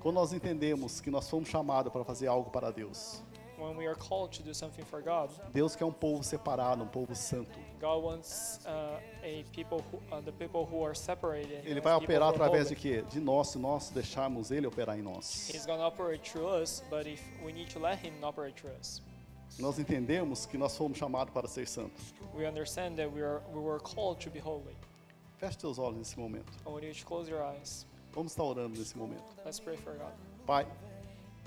Speaker 1: Quando nós entendemos que nós fomos chamados para fazer algo para Deus,
Speaker 2: When we are called to do something for God,
Speaker 1: Deus quer um povo separado, um povo santo.
Speaker 2: God wants uh, a people who, uh, the people who are separated. He
Speaker 1: Ele
Speaker 2: wants
Speaker 1: vai
Speaker 2: people
Speaker 1: operar
Speaker 2: who are
Speaker 1: através de
Speaker 2: holy.
Speaker 1: quê? De nós, se nós deixarmos Ele operar em nós.
Speaker 2: He's going to operate through us, but if we need to let Him operate through us,
Speaker 1: Nós entendemos que nós fomos chamados para ser santos.
Speaker 2: we understand that we are we were called to be holy.
Speaker 1: Feche teus olhos nesse momento.
Speaker 2: I want you to close your eyes.
Speaker 1: Vamos estar orando nesse momento.
Speaker 2: Let's pray for God.
Speaker 1: Pai,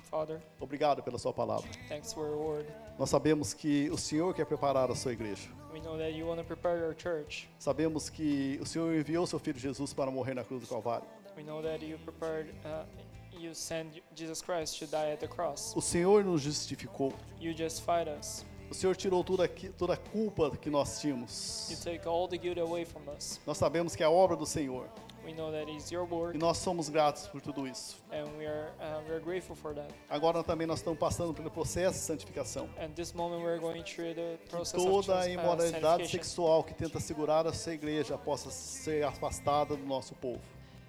Speaker 2: Father,
Speaker 1: obrigado pela sua palavra.
Speaker 2: thanks for your word.
Speaker 1: Nós sabemos que o Senhor quer preparar a sua igreja.
Speaker 2: We know that you want to prepare your church.
Speaker 1: Sabemos que o Senhor enviou seu filho Jesus para morrer na cruz do Calvário.
Speaker 2: We know that you prepared, uh, you sent Jesus Christ to die at the cross.
Speaker 1: O Senhor nos justificou.
Speaker 2: You justified us.
Speaker 1: O Senhor tirou toda, aqui- toda a culpa que nós
Speaker 2: You
Speaker 1: tínhamos.
Speaker 2: take all the guilt away from us.
Speaker 1: Nós sabemos que é a obra do Senhor
Speaker 2: We know that it's your
Speaker 1: e
Speaker 2: work,
Speaker 1: nós somos gratos por tudo isso.
Speaker 2: and we are uh, we are grateful for that.
Speaker 1: Agora também nós estamos passando pelo processo de santificação.
Speaker 2: And this moment we're going through the process of
Speaker 1: Toda a
Speaker 2: trans- uh,
Speaker 1: imoralidade
Speaker 2: sanctification.
Speaker 1: sexual que tenta segurar a sua igreja possa ser afastada do nosso povo.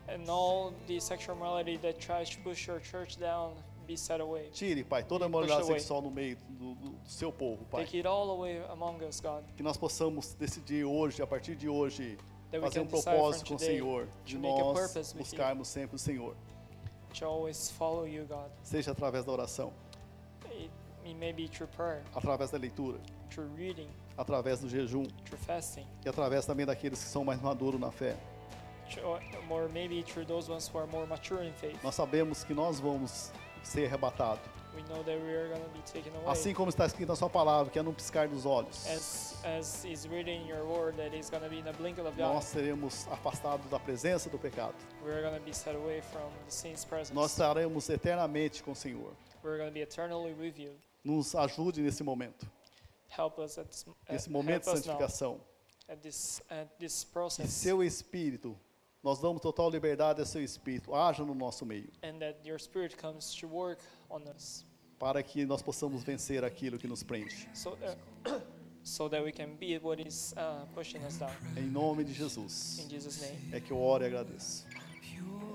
Speaker 2: and all the sexual morality that tries to push your church down be set away.
Speaker 1: Tire, Pai, toda a
Speaker 2: Push
Speaker 1: moralidade
Speaker 2: away.
Speaker 1: sexual no meio do, do- do seu povo, Pai.
Speaker 2: Take it all away among us, God,
Speaker 1: Que nós possamos decidir hoje, a partir de hoje,
Speaker 2: that we
Speaker 1: fazer
Speaker 2: can
Speaker 1: um
Speaker 2: decide
Speaker 1: propósito com
Speaker 2: from
Speaker 1: o
Speaker 2: today
Speaker 1: Senhor, de
Speaker 2: to make a
Speaker 1: nós
Speaker 2: purpose with you,
Speaker 1: buscarmos sempre o Senhor,
Speaker 2: to always follow you, God.
Speaker 1: seja através da oração,
Speaker 2: It, it may be through prayer,
Speaker 1: através da leitura,
Speaker 2: through reading,
Speaker 1: através do jejum
Speaker 2: through fasting,
Speaker 1: e através também daqueles que são mais maduros na fé.
Speaker 2: through, or, or maybe through those ones who are more mature in faith.
Speaker 1: Nós sabemos que nós vamos ser arrebatados,
Speaker 2: We know that we are going to be taken away.
Speaker 1: assim como está escrito na sua palavra, que é no piscar dos olhos.
Speaker 2: as as is written in your word that it's going to be in the blink of the eye.
Speaker 1: Nós seremos afastados da presença do pecado.
Speaker 2: We're going to be set away from the saints' presence.
Speaker 1: Nós estaremos eternamente com o Senhor.
Speaker 2: We're going to be eternally with you.
Speaker 1: Nos ajude nesse momento,
Speaker 2: Help us at this, uh,
Speaker 1: nesse momento de
Speaker 2: help us now
Speaker 1: santificação.
Speaker 2: at this at this
Speaker 1: Que
Speaker 2: process
Speaker 1: seu espírito, nós damos total liberdade a seu espírito, haja no nosso meio,
Speaker 2: and that your spirit comes to work on us
Speaker 1: para que nós possamos vencer aquilo que nos prende.
Speaker 2: so that so that we can be what is uh, pushing us down
Speaker 1: Em nome de
Speaker 2: in
Speaker 1: Jesus,
Speaker 2: Jesus name.
Speaker 1: é que eu oro e agradeço.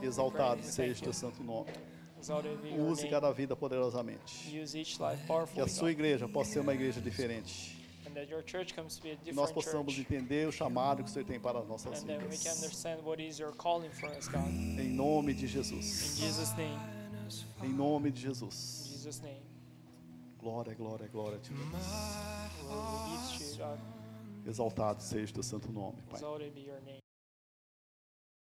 Speaker 1: Exaltado seja o teu santo nome.
Speaker 2: Exalted be your
Speaker 1: Use
Speaker 2: name.
Speaker 1: cada vida poderosamente.
Speaker 2: Use each life
Speaker 1: Que a
Speaker 2: powerfully
Speaker 1: sua
Speaker 2: God,
Speaker 1: igreja possa ser uma igreja diferente.
Speaker 2: and that your church comes to be a
Speaker 1: Que nós
Speaker 2: different
Speaker 1: possamos
Speaker 2: church
Speaker 1: entender o chamado que o Senhor tem para as nossas
Speaker 2: and that we can
Speaker 1: vidas.
Speaker 2: understand what is your calling for us God in
Speaker 1: Em nome de Jesus.
Speaker 2: Jesus name
Speaker 1: Em nome de
Speaker 2: in
Speaker 1: Jesus.
Speaker 2: Jesus name
Speaker 1: Glória, glória, glória a ti.
Speaker 2: Lord, we give to you God
Speaker 1: Exaltado seja o teu santo nome, Pai.
Speaker 2: exalted be your name